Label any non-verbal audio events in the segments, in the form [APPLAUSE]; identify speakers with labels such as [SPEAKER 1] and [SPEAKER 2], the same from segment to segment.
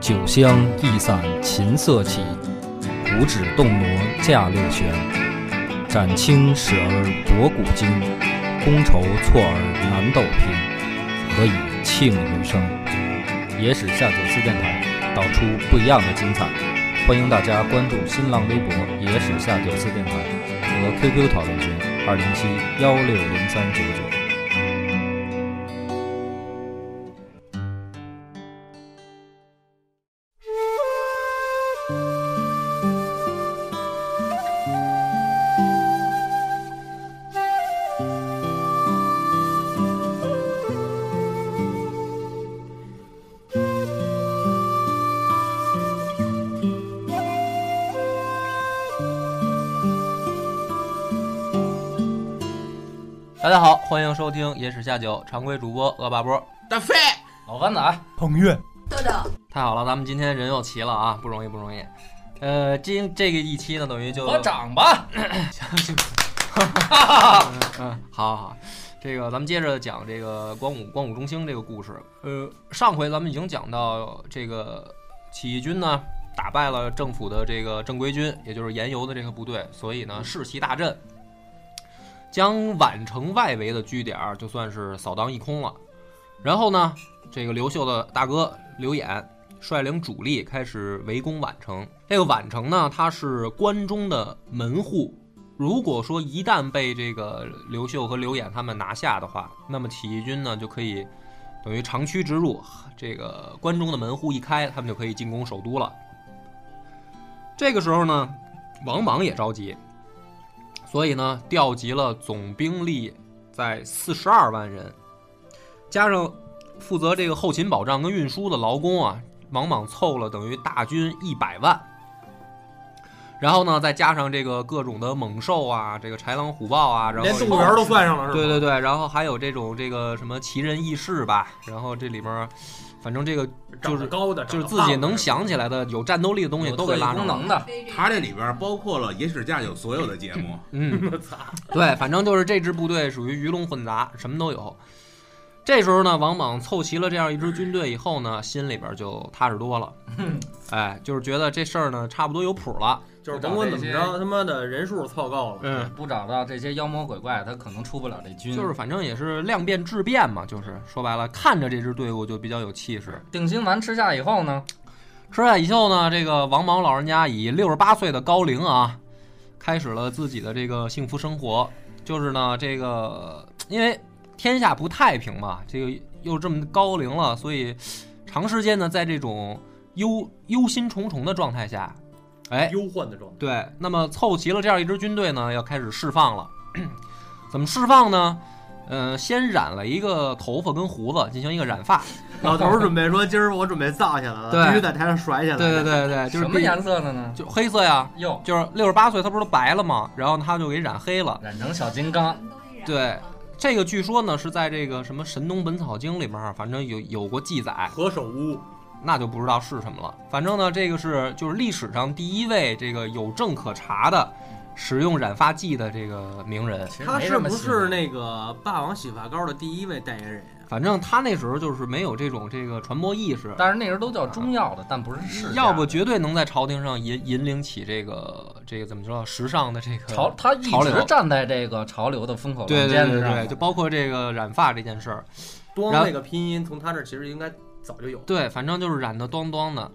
[SPEAKER 1] 酒香易散琴瑟起，五指动挪驾六弦。斩青史而博古今，觥筹错而难斗平。何以庆余生？野史下酒四电台，导出不一样的精彩。欢迎大家关注新浪微博“野史下酒四电台”和 QQ 讨论群二零七幺六零三九九。
[SPEAKER 2] 大家好，欢迎收听《野史下酒》，常规主播恶霸波、
[SPEAKER 3] 大飞，
[SPEAKER 2] 老番仔。
[SPEAKER 4] 彭越，
[SPEAKER 5] 豆豆，
[SPEAKER 2] 太好了，咱们今天人又齐了啊，不容易，不容易。呃，今这个一期呢，等于就
[SPEAKER 6] 我长吧，
[SPEAKER 2] 嗯，好好好，这个咱们接着讲这个光武光武中兴这个故事。呃，上回咱们已经讲到这个起义军呢打败了政府的这个正规军，也就是盐油的这个部队，所以呢士气大振，将宛城外围的据点儿就算是扫荡一空了。然后呢，这个刘秀的大哥刘演率领主力开始围攻宛城。这个宛城呢，它是关中的门户，如果说一旦被这个刘秀和刘演他们拿下的话，那么起义军呢就可以等于长驱直入，这个关中的门户一开，他们就可以进攻首都了。这个时候呢，王莽也着急，所以呢调集了总兵力在四十二万人，加上负责这个后勤保障跟运输的劳工啊，王莽凑了等于大军一百万。然后呢，再加上这个各种的猛兽啊，这个豺狼虎豹啊，然后
[SPEAKER 3] 连动物园都算上了，是吧？
[SPEAKER 2] 对对对，然后还有这种这个什么奇人异事吧，然后这里面儿，反正这个
[SPEAKER 3] 长得高的，
[SPEAKER 2] 就是
[SPEAKER 3] 长得
[SPEAKER 2] 自己
[SPEAKER 3] 胖的
[SPEAKER 2] 能想起来的有战斗力的东西
[SPEAKER 6] 有
[SPEAKER 2] 都给
[SPEAKER 6] 特异
[SPEAKER 2] 拉上
[SPEAKER 6] 功
[SPEAKER 2] 了。
[SPEAKER 6] 能的，
[SPEAKER 4] 他
[SPEAKER 5] 他
[SPEAKER 4] 这里边包括了《野史下酒》所有的
[SPEAKER 2] [LAUGHS]
[SPEAKER 4] 节目，
[SPEAKER 2] 嗯，对，反正就是这支部队属于鱼龙混杂，什么都有。这时候呢，王莽凑齐了这样一支军队以后呢，心里边就踏实多了。 [LAUGHS] 哎，就是觉得这事儿呢，差不多有谱了。
[SPEAKER 3] 就是甭管怎么着，他妈的人数凑够了，
[SPEAKER 2] 嗯，
[SPEAKER 6] 不找到这些妖魔鬼怪，他可能出不了这军。
[SPEAKER 2] 就是反正也是量变质变嘛，就是说白了，看着这支队伍就比较有气势。
[SPEAKER 6] 定心丸吃下以后呢，
[SPEAKER 2] 吃下以后呢，这个王莽老人家以六十八岁的高龄啊，开始了自己的这个幸福生活。就是呢，这个因为天下不太平嘛，这个又这么高龄了，所以长时间呢在这种忧忧心忡忡的状态下，哎，
[SPEAKER 3] 忧患的状态。
[SPEAKER 2] 对，那么凑齐了这样一支军队呢，要开始释放了。 [CLEARS THROAT] 怎么释放呢？呃，先染了一个头发跟胡子，进行一个染发。
[SPEAKER 3] [LAUGHS] 老头儿准备说，今儿我准备造起来了，
[SPEAKER 2] 对
[SPEAKER 3] 必须在台上甩起来。
[SPEAKER 2] 对对对对，就是
[SPEAKER 6] 什么
[SPEAKER 2] 第
[SPEAKER 6] 颜色的呢？
[SPEAKER 2] 就黑色呀，
[SPEAKER 6] 哟，
[SPEAKER 2] 就是六十八岁，他不是都白了吗？然后他就给染黑了。
[SPEAKER 6] 染成小金刚，
[SPEAKER 2] 对，这个据说呢是在这个什么《神农本草经》里面，反正有有过记载，
[SPEAKER 3] 何首乌，
[SPEAKER 2] 那就不知道是什么了。反正呢，这个是就是历史上第一位这个有证可查的使用染发剂的这个名人。
[SPEAKER 6] 其实
[SPEAKER 3] 他
[SPEAKER 6] 没
[SPEAKER 3] 是
[SPEAKER 6] 什么
[SPEAKER 3] 不
[SPEAKER 6] 戏
[SPEAKER 3] 是那个霸王洗发膏的第一位代言人呀？
[SPEAKER 2] 反正他那时候就是没有这种这个传播意识，
[SPEAKER 6] 但是那时候都叫中药的，但不是啊世家的。
[SPEAKER 2] 要不绝对能在朝廷上引引领起这个这个怎么说时尚的这个
[SPEAKER 6] 潮，他一
[SPEAKER 2] 潮流
[SPEAKER 6] 直站在这个潮流的风口
[SPEAKER 2] 对
[SPEAKER 6] 浪
[SPEAKER 2] 对
[SPEAKER 6] 尖
[SPEAKER 2] 对
[SPEAKER 6] 子
[SPEAKER 2] 对，
[SPEAKER 6] 上。
[SPEAKER 2] 就包括这个染发这件事儿。
[SPEAKER 3] 多
[SPEAKER 2] 然后
[SPEAKER 3] 那个拼音从他这儿其实应该早就有。
[SPEAKER 2] 对，反正就是染得端端的。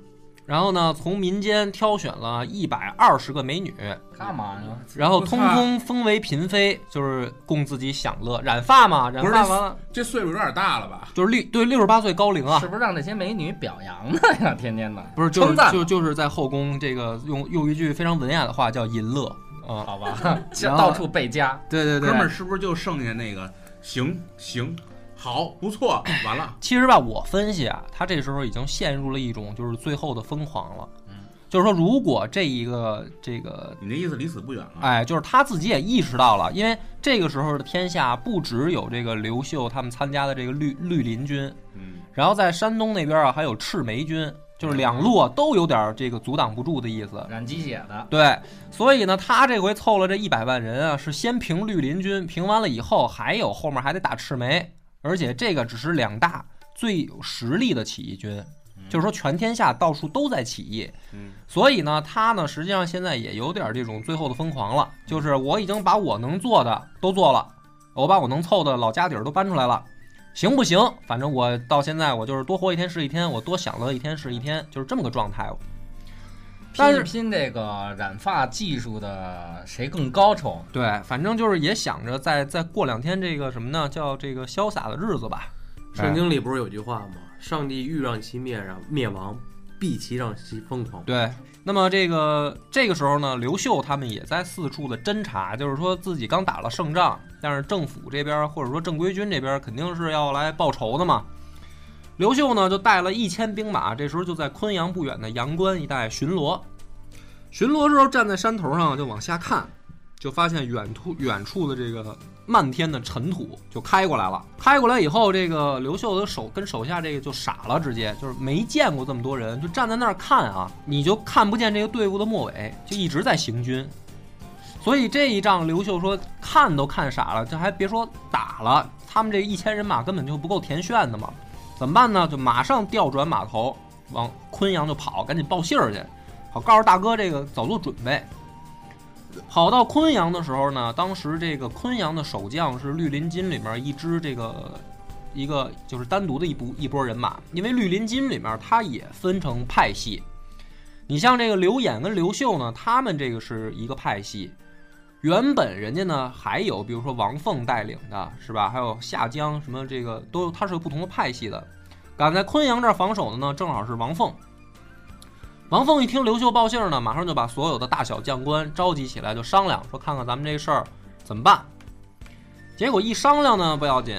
[SPEAKER 2] 然后呢，从民间挑选了一百二十个美女，
[SPEAKER 6] 干嘛呀？
[SPEAKER 2] 然后通通封为嫔妃，就是供自己享乐。染发嘛，染
[SPEAKER 4] 不是
[SPEAKER 2] 发完了
[SPEAKER 4] 这岁数有点大了吧？
[SPEAKER 2] 就是六对六十八岁高龄啊
[SPEAKER 6] 是，不是让这些美女表扬呢 [LAUGHS] 呀？天天的，
[SPEAKER 2] 不是就是
[SPEAKER 6] 称赞
[SPEAKER 2] 就就是在后宫这个用用一句非常文雅的话叫淫乐啊、
[SPEAKER 6] 好吧，
[SPEAKER 2] [LAUGHS]
[SPEAKER 6] 这
[SPEAKER 2] 然后
[SPEAKER 6] 到处被加，
[SPEAKER 2] 对对
[SPEAKER 4] 哥们
[SPEAKER 2] 对
[SPEAKER 4] 儿。是不是就剩下那个行行好不错，完了
[SPEAKER 2] 其实吧，我分析啊，他这时候已经陷入了一种就是最后的疯狂了。
[SPEAKER 6] 嗯，
[SPEAKER 2] 就是说，如果这一个这个
[SPEAKER 4] 你这意思离死不远了。
[SPEAKER 2] 哎，就是他自己也意识到了，因为这个时候的天下不只有这个刘秀他们参加的这个绿绿林军，
[SPEAKER 4] 嗯，
[SPEAKER 2] 然后在山东那边啊还有赤眉军，就是两路啊都有点这个阻挡不住的意思。
[SPEAKER 6] 染鸡血的，
[SPEAKER 2] 对，所以呢，他这回凑了这一百万人啊，是先平绿林军，平完了以后，还有后面还得打赤眉，而且这个只是两大最有实力的起义军。就是说全天下到处都在起义。
[SPEAKER 4] 嗯
[SPEAKER 2] 所以呢，他呢实际上现在也有点这种最后的疯狂了，就是我已经把我能做的都做了，我把我能凑的老家底儿都搬出来了，行不行？反正我到现在我就是多活一天是一天，我多享乐一天是一天，就是这么个状态。但
[SPEAKER 6] 拼
[SPEAKER 2] 是
[SPEAKER 6] 一拼这个染发技术的谁更高超？
[SPEAKER 2] 对，反正就是也想着再再过两天这个什么呢，叫这个潇洒的日子吧。
[SPEAKER 3] 圣经里不是有句话吗？上帝欲让其灭亡，灭亡必其让其疯狂。
[SPEAKER 2] 对，那么这个这个时候呢，刘秀他们也在四处的侦查，就是说自己刚打了胜仗，但是政府这边或者说正规军这边肯定是要来报仇的嘛。刘秀呢就带了一千兵马，这时候就在昆阳不远的阳关一带巡逻。巡逻之后站在山头上就往下看，就发现远处远处的这个漫天的尘土就开过来了。开过来以后，这个刘秀的手跟手下这个就傻了，直接就是没见过这么多人，就站在那儿看啊，你就看不见这个队伍的末尾，就一直在行军。所以这一仗，刘秀说看都看傻了，这还别说打了，他们这一千人马根本就不够填炫的嘛。怎么办呢？就马上调转马头往昆阳就跑，赶紧报信儿去，好告诉大哥这个早做准备。跑到昆阳的时候呢，当时这个昆阳的守将是绿林军里面一支这个一个就是单独的一部一波人马，因为绿林军里面它也分成派系。你像这个刘演跟刘秀呢，他们这个是一个派系。原本人家呢还有，比如说王凤带领的是吧？还有夏江什么这个都，它是有不同的派系的。赶在昆阳这儿防守的呢，正好是王凤。王凤一听刘秀报信儿呢，马上就把所有的大小将官召集起来，就商量说，看看咱们这事儿怎么办。结果一商量呢，不要紧，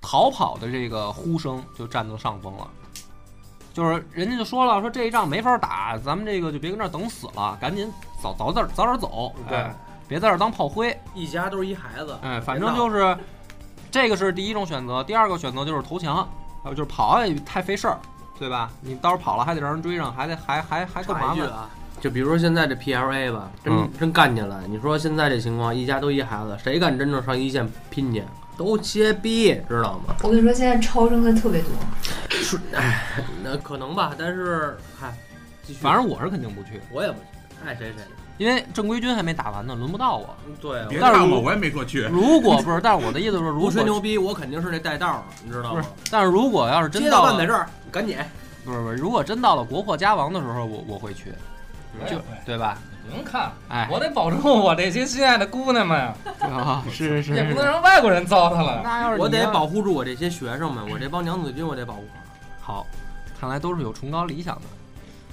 [SPEAKER 2] 逃跑的这个呼声就占到上风了。就是人家就说了，说这一仗没法打，咱们这个就别跟这儿等死了，赶紧早早点早点走，哎，别在这儿当炮灰。
[SPEAKER 3] 一家都是一孩子，
[SPEAKER 2] 哎，反正就是这个是第一种选择，第二个选择就是投降，还有就是跑也太费事儿，对吧？你到时候跑了还得让人追上，还得还还还更
[SPEAKER 3] 插
[SPEAKER 2] 麻
[SPEAKER 3] 一句
[SPEAKER 2] 烦。
[SPEAKER 3] 啊，就比如说现在这 PLA 吧，真、
[SPEAKER 2] 嗯
[SPEAKER 3] 真干起来，你说现在这情况，一家都一孩子，谁敢真正上一线拼去？都切逼，知道吗？
[SPEAKER 5] 我跟你说，现在超生的特别多。
[SPEAKER 3] 那可能吧，但是嗨，继续，
[SPEAKER 2] 反正我是肯定不去，
[SPEAKER 3] 我也不去，爱谁谁。
[SPEAKER 2] 因为正规军还没打完呢，轮不到我。
[SPEAKER 3] 对，
[SPEAKER 4] 别
[SPEAKER 2] 但是
[SPEAKER 4] 看我，
[SPEAKER 2] 如
[SPEAKER 4] 我也没说去。
[SPEAKER 2] 如果不是，但是我的意思是，如
[SPEAKER 3] 不
[SPEAKER 2] 果
[SPEAKER 3] 吹牛逼，我肯定是那带道儿，你知道
[SPEAKER 2] 不是
[SPEAKER 3] 吗？，
[SPEAKER 2] 但是如果要是真
[SPEAKER 3] 街道办在
[SPEAKER 2] 了，
[SPEAKER 3] 这儿，赶紧。
[SPEAKER 2] 不是不是，如果真到了国破家亡的时候，我我会去，就
[SPEAKER 6] 我也会
[SPEAKER 2] 对吧？
[SPEAKER 6] 你不用看，
[SPEAKER 2] 哎，
[SPEAKER 3] [LAUGHS]
[SPEAKER 6] 我得保住我这些心爱的姑娘们呀，
[SPEAKER 2] 啊是是
[SPEAKER 6] 也不能
[SPEAKER 2] 是，
[SPEAKER 6] 让外国人糟蹋了。
[SPEAKER 2] 那要是
[SPEAKER 3] 我
[SPEAKER 2] 你
[SPEAKER 3] 得
[SPEAKER 2] 要
[SPEAKER 3] 保护住我这些学生们，我这帮娘子军我得保护好。
[SPEAKER 2] 好，看来都是有崇高理想的。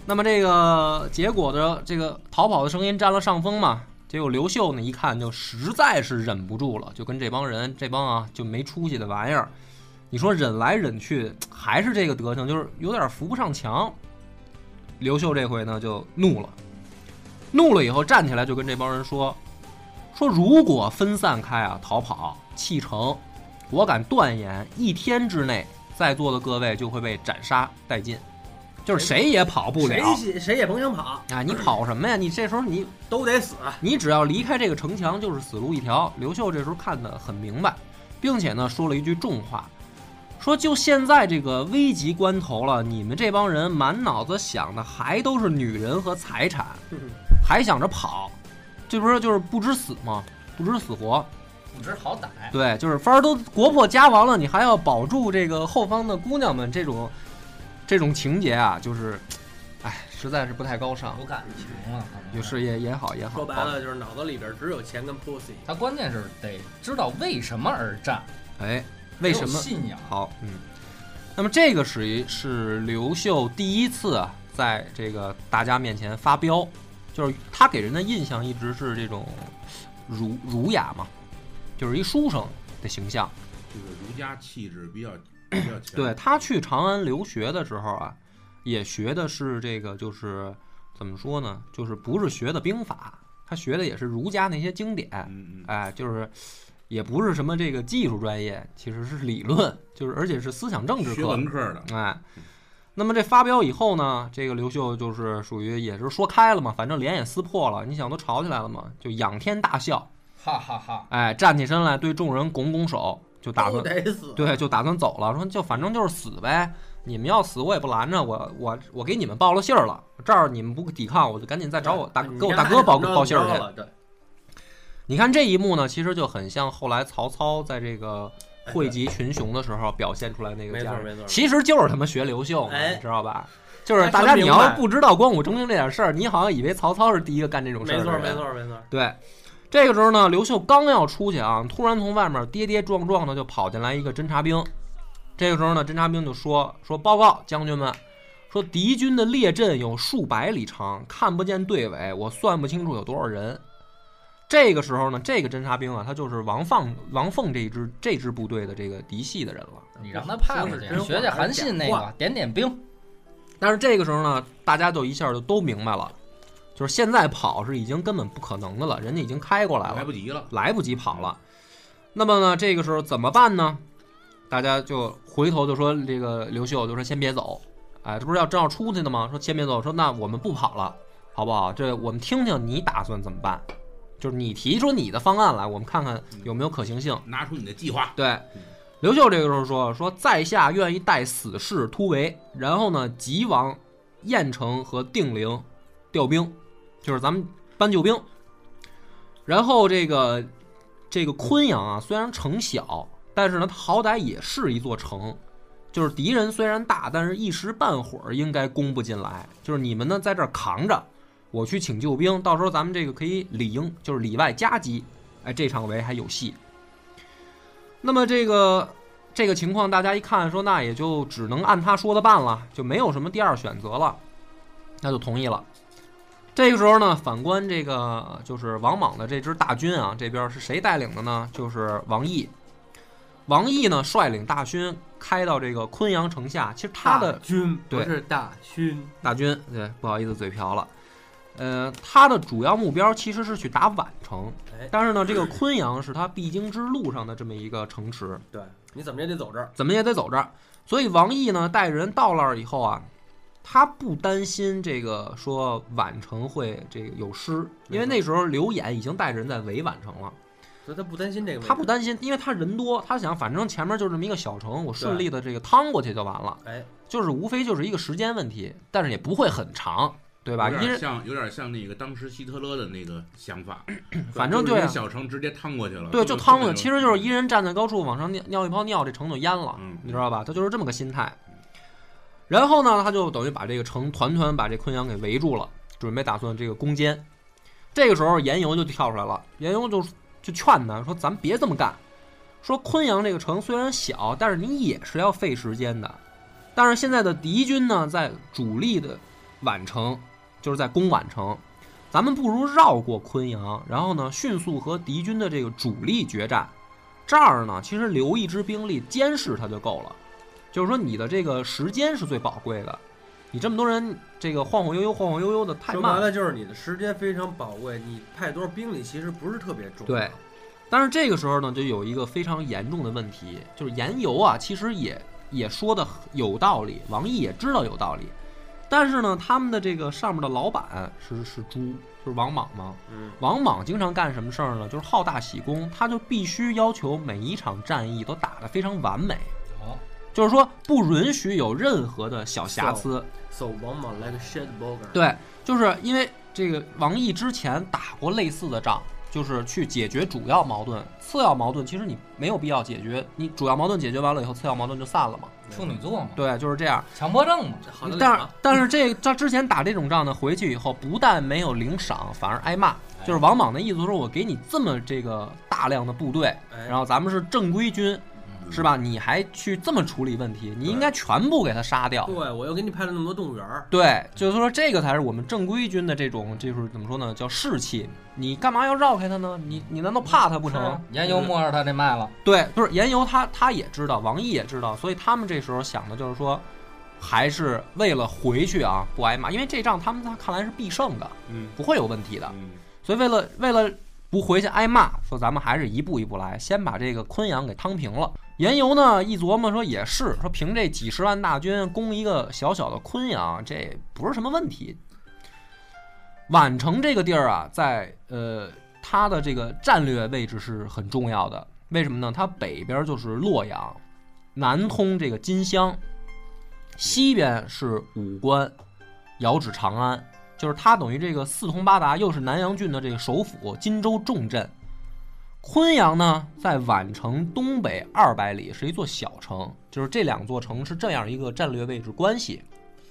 [SPEAKER 2] 那么这个结果的这个逃跑的声音占了上风嘛？结果刘秀呢一看就实在是忍不住了，就跟这帮人这帮啊就没出息的玩意儿，你说忍来忍去还是这个德行，就是有点扶不上墙。刘秀这回呢就怒了，怒了以后站起来就跟这帮人说：“说如果分散开啊逃跑弃城，我敢断言，一天之内在座的各位就会被斩杀殆尽，就是谁也跑不了
[SPEAKER 3] 谁谁也甭想跑，
[SPEAKER 2] 啊！你跑什么呀？你这时候你
[SPEAKER 3] 都得死。
[SPEAKER 2] 你只要离开这个城墙，就是死路一条。刘秀这时候看得很明白，并且呢说了一句重话，说就现在这个危急关头了，你们这帮人满脑子想的还都是女人和财产，还想着跑，这不是就是不知死吗？不知死活。
[SPEAKER 6] 不知好歹，
[SPEAKER 3] 啊
[SPEAKER 2] 对，就是反正都国破家亡了，你还要保住这个后方的姑娘们，这种这种情节啊，就是，哎，实在是不太高尚。
[SPEAKER 3] 不干。
[SPEAKER 6] 行了，好吧
[SPEAKER 2] 有事也也好也好，
[SPEAKER 3] 嗯说白了就是脑子里边只有钱跟 pussy。
[SPEAKER 6] 他关键是得知道为什么而战，
[SPEAKER 2] 哎，为什
[SPEAKER 6] 得有
[SPEAKER 2] 么
[SPEAKER 6] 信仰？
[SPEAKER 2] 好？嗯，那么这个属于是刘秀第一次啊，在这个大家面前发飙，就是他给人的印象一直是这种儒儒雅嘛，就是一书生的形象。
[SPEAKER 4] 这个儒家气质
[SPEAKER 2] [CLEARS THROAT]
[SPEAKER 4] 比较比较强。
[SPEAKER 2] 对，他去长安留学的时候啊，也学的是这个，就是怎么说呢？就是不是学的兵法，他学的也是儒家那些经典。
[SPEAKER 4] 嗯嗯，
[SPEAKER 2] 哎，就是也不是什么这个技术专业，其实是理论，就是而且是思想政治
[SPEAKER 4] 学
[SPEAKER 2] 课
[SPEAKER 4] 文。科的，
[SPEAKER 2] 哎，那么这发飙以后呢，这个刘秀就是属于也是说开了嘛，反正脸也撕破了，你想都吵起来了嘛，就仰天大笑，
[SPEAKER 6] 哈哈哈！
[SPEAKER 2] 哎，站起身来对众人拱拱手，就打算
[SPEAKER 3] 都得死。
[SPEAKER 2] 对，就打算走了，说就反正就是死呗，你们要死我也不拦着，我我我给你们报了信儿了，这儿你们不抵抗，我就赶紧再找我大
[SPEAKER 3] 你
[SPEAKER 2] 给我
[SPEAKER 3] 看
[SPEAKER 2] 大
[SPEAKER 3] 还
[SPEAKER 2] 哥
[SPEAKER 3] 是
[SPEAKER 2] 报
[SPEAKER 3] 怎么着
[SPEAKER 2] 报信儿
[SPEAKER 3] 怎么着
[SPEAKER 2] 去。
[SPEAKER 3] 了对
[SPEAKER 2] 你看这一幕呢，其实就很像后来曹操在这个汇集群雄的时候表现出来那个
[SPEAKER 3] 没
[SPEAKER 2] 架
[SPEAKER 3] 错
[SPEAKER 2] 势，
[SPEAKER 3] 没错。
[SPEAKER 2] 其实就是他妈学刘秀嘛，
[SPEAKER 3] 哎
[SPEAKER 2] 你知道吧？就是
[SPEAKER 3] 哎
[SPEAKER 2] 大家
[SPEAKER 3] 说
[SPEAKER 2] 你
[SPEAKER 3] 明
[SPEAKER 2] 要
[SPEAKER 3] 白
[SPEAKER 2] 是不知道光武中兴这点事儿，你好像以为曹操是第一个干这种事儿的
[SPEAKER 3] 没错
[SPEAKER 2] 人。
[SPEAKER 3] 没错没错，
[SPEAKER 2] 对，这个时候呢，刘秀刚要出去啊，突然从外面跌跌撞撞的就跑进来一个侦察兵。这个时候呢，侦察兵就说说报告将军们，说敌军的列阵有数百里长，看不见队尾，我算不清楚有多少人。这个时候呢，这个侦察兵啊，他就是王放王凤这一支这支部队的这个嫡系的人了。
[SPEAKER 6] 你让他怕
[SPEAKER 3] 说
[SPEAKER 6] 着
[SPEAKER 3] 是
[SPEAKER 6] 点
[SPEAKER 3] 真，话
[SPEAKER 6] 学学韩信
[SPEAKER 3] 还
[SPEAKER 6] 那
[SPEAKER 3] 是假
[SPEAKER 6] 个点点兵，
[SPEAKER 2] 但是这个时候呢，大家就一下就都明白了，就是现在跑是已经根本不可能的了，人家已经开过来了
[SPEAKER 4] 来，不及了，
[SPEAKER 2] 来不及跑了。那么呢，这个时候怎么办呢？大家就回头就说这个刘秀就说先别走，哎，这不是要正要出去的吗？说先别走，说那我们不跑了，好不好？这我们听听你打算怎么办，就是你提出你的方案来，我们看看有没有可行性。
[SPEAKER 4] 拿出你的计划，
[SPEAKER 2] 对，刘秀这个时候说说在下愿意带死士突围，然后呢，急往郾城和定陵调兵，就是咱们搬救兵。然后这个这个昆阳啊，虽然城小，但是呢，它好歹也是一座城。就是敌人虽然大，但是一时半会儿应该攻不进来。就是你们呢在这儿扛着，我去请救兵，到时候咱们这个可以里应，就是里外夹击，哎，这场围还有戏。那么这个这个情况，大家一看说，那也就只能按他说的办了，就没有什么第二选择了，那就同意了。这个时候呢，反观这个就是王莽的这支大军啊，这边是谁带领的呢？就是王毅。王毅呢，率领大军开到这个昆阳城下。其实他的
[SPEAKER 3] 大军
[SPEAKER 2] 对
[SPEAKER 3] 不是大勋，
[SPEAKER 2] 大军，对，不好意思，嘴瓢了。呃，他的主要目标其实是去打宛城
[SPEAKER 3] 哎，
[SPEAKER 2] 但是呢，这个昆阳是他必经之路上的这么一个城池。
[SPEAKER 3] 对，你怎么也得走这儿。
[SPEAKER 2] 怎么也得走这儿。所以王毅呢，带着人到那儿以后啊，他不担心这个说宛城会这个有失，因为那时候刘演已经带着人在围宛城了，
[SPEAKER 3] 所以他不担心这个问题，
[SPEAKER 2] 他不担心，因为他人多，他想反正前面就这么一个小城，我顺利的这个趟过去就完了，
[SPEAKER 3] 哎，
[SPEAKER 2] 就是无非就是一个时间问题，但是也不会很长，对吧？
[SPEAKER 4] 有
[SPEAKER 2] 一
[SPEAKER 4] 点
[SPEAKER 2] 人
[SPEAKER 4] 像有点像那个当时希特勒的那个
[SPEAKER 2] [CLEARS THROAT]
[SPEAKER 4] 想法，
[SPEAKER 2] 反正
[SPEAKER 4] 就
[SPEAKER 2] 对
[SPEAKER 4] 是一
[SPEAKER 2] 啊
[SPEAKER 4] 个小城直接趟过去了，
[SPEAKER 2] 对，就趟
[SPEAKER 4] 过
[SPEAKER 2] 了。其实就是一人站在高处往上尿尿一泡尿，这城就淹了，
[SPEAKER 4] 嗯
[SPEAKER 2] 你知道吧？他就是这么个心态。然后呢，他就等于把这个城团团把这昆阳给围住了，准备打算这个攻坚。这个时候，严尤就跳出来了，严尤就就劝他说：“咱别这么干，说昆阳这个城虽然小，但是你也是要费时间的。但是现在的敌军呢，在主力的宛城，就是在攻宛城，咱们不如绕过昆阳，然后呢，迅速和敌军的这个主力决战。这儿呢，其实留一支兵力监视他就够了。就是说，你的这个时间是最宝贵的，你这么多人，这个晃晃悠悠、晃晃悠悠的太
[SPEAKER 3] 说
[SPEAKER 2] 慢
[SPEAKER 3] 白
[SPEAKER 2] 了。
[SPEAKER 3] 了就是你的时间非常宝贵，你派多少兵力其实不是特别重要。
[SPEAKER 2] 对，但是这个时候呢，就有一个非常严重的问题，就是言由啊，其实也也说的有道理，王毅也知道有道理，但是呢，他们的这个上面的老板是是猪，就是王莽嘛。
[SPEAKER 3] 嗯，
[SPEAKER 2] 王莽经常干什么事儿呢？就是好大喜功，他就必须要求每一场战役都打得非常完美，
[SPEAKER 6] 好，
[SPEAKER 2] 就是说不允许有任何的小瑕疵。
[SPEAKER 3] So 往往 like a shit burger。，
[SPEAKER 2] 对，就是因为这个王毅之前打过类似的仗，就是去解决主要矛盾，次要矛盾其实你没有必要解决，你主要矛盾解决完了以后，次要矛盾就散了嘛。
[SPEAKER 6] 处女座嘛，
[SPEAKER 2] 对，就是这样。
[SPEAKER 6] 强迫症嘛，
[SPEAKER 3] 这嗯好的
[SPEAKER 2] 但
[SPEAKER 3] 了
[SPEAKER 2] 是但是这他之前打这种仗呢，回去以后不但没有领赏，反而挨骂。
[SPEAKER 3] 哎
[SPEAKER 2] 就是王莽的意思说，我给你这么这个大量的部队，
[SPEAKER 3] 哎嗯
[SPEAKER 2] 然后咱们是正规军，是吧？你还去这么处理问题，你应该全部给他杀掉。
[SPEAKER 3] 对我又给你派了那么多动物园儿，
[SPEAKER 2] 对，就是说这个才是我们正规军的这种，就是怎么说呢，叫士气。你干嘛要绕开他呢？你你难道怕他不
[SPEAKER 6] 是
[SPEAKER 2] 成
[SPEAKER 6] 啊？研究摸着他这卖了，
[SPEAKER 2] 对，就是严尤他他也知道，王毅也知道，所以他们这时候想的就是说，还是为了回去啊不挨骂，因为这仗他们在看来是必胜的，
[SPEAKER 4] 嗯
[SPEAKER 2] 不会有问题的。
[SPEAKER 4] 嗯，
[SPEAKER 2] 所以为了为了不回去挨骂，说咱们还是一步一步来，先把这个昆阳给趟平了。严尤呢一琢磨说也是，说凭这几十万大军攻一个小小的昆阳，这不是什么问题。宛城这个地儿啊，在呃它的这个战略位置是很重要的，为什么呢？它北边就是洛阳，南通这个金乡，西边是武关，遥指长安，就是它等于这个四通八达，又是南阳郡的这个首府荆州重镇。昆阳呢，在宛城东北二百里，是一座小城。就是这两座城是这样一个战略位置关系，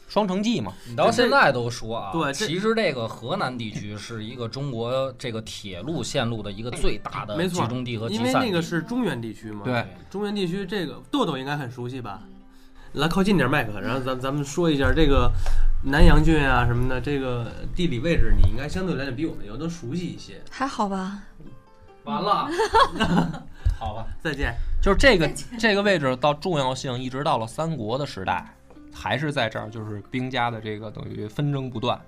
[SPEAKER 2] 双城记嘛。
[SPEAKER 6] 你到现在都说啊，
[SPEAKER 3] 对这
[SPEAKER 6] 其实这个河南地区是一个中国这个铁路线路的一个最大
[SPEAKER 1] 呃
[SPEAKER 6] 的
[SPEAKER 3] 没
[SPEAKER 6] 集
[SPEAKER 3] 错
[SPEAKER 6] 中地和集
[SPEAKER 3] 因
[SPEAKER 6] 散地。
[SPEAKER 3] 为那个是中原地区嘛。
[SPEAKER 2] 对，
[SPEAKER 3] 中原地区这个豆豆应该很熟悉吧？来靠近点麦克，然后咱咱们说一下这个南阳郡啊什么的，这个地理位置你应该相对来讲比我们要都熟悉一些。
[SPEAKER 5] 还好吧？
[SPEAKER 6] 完 [LAUGHS] 了，好吧，
[SPEAKER 3] 再见，
[SPEAKER 2] 就是这个这个位置到重要性，一直到了三国的时代，还是在这儿，就是兵家的这个等于纷争不断。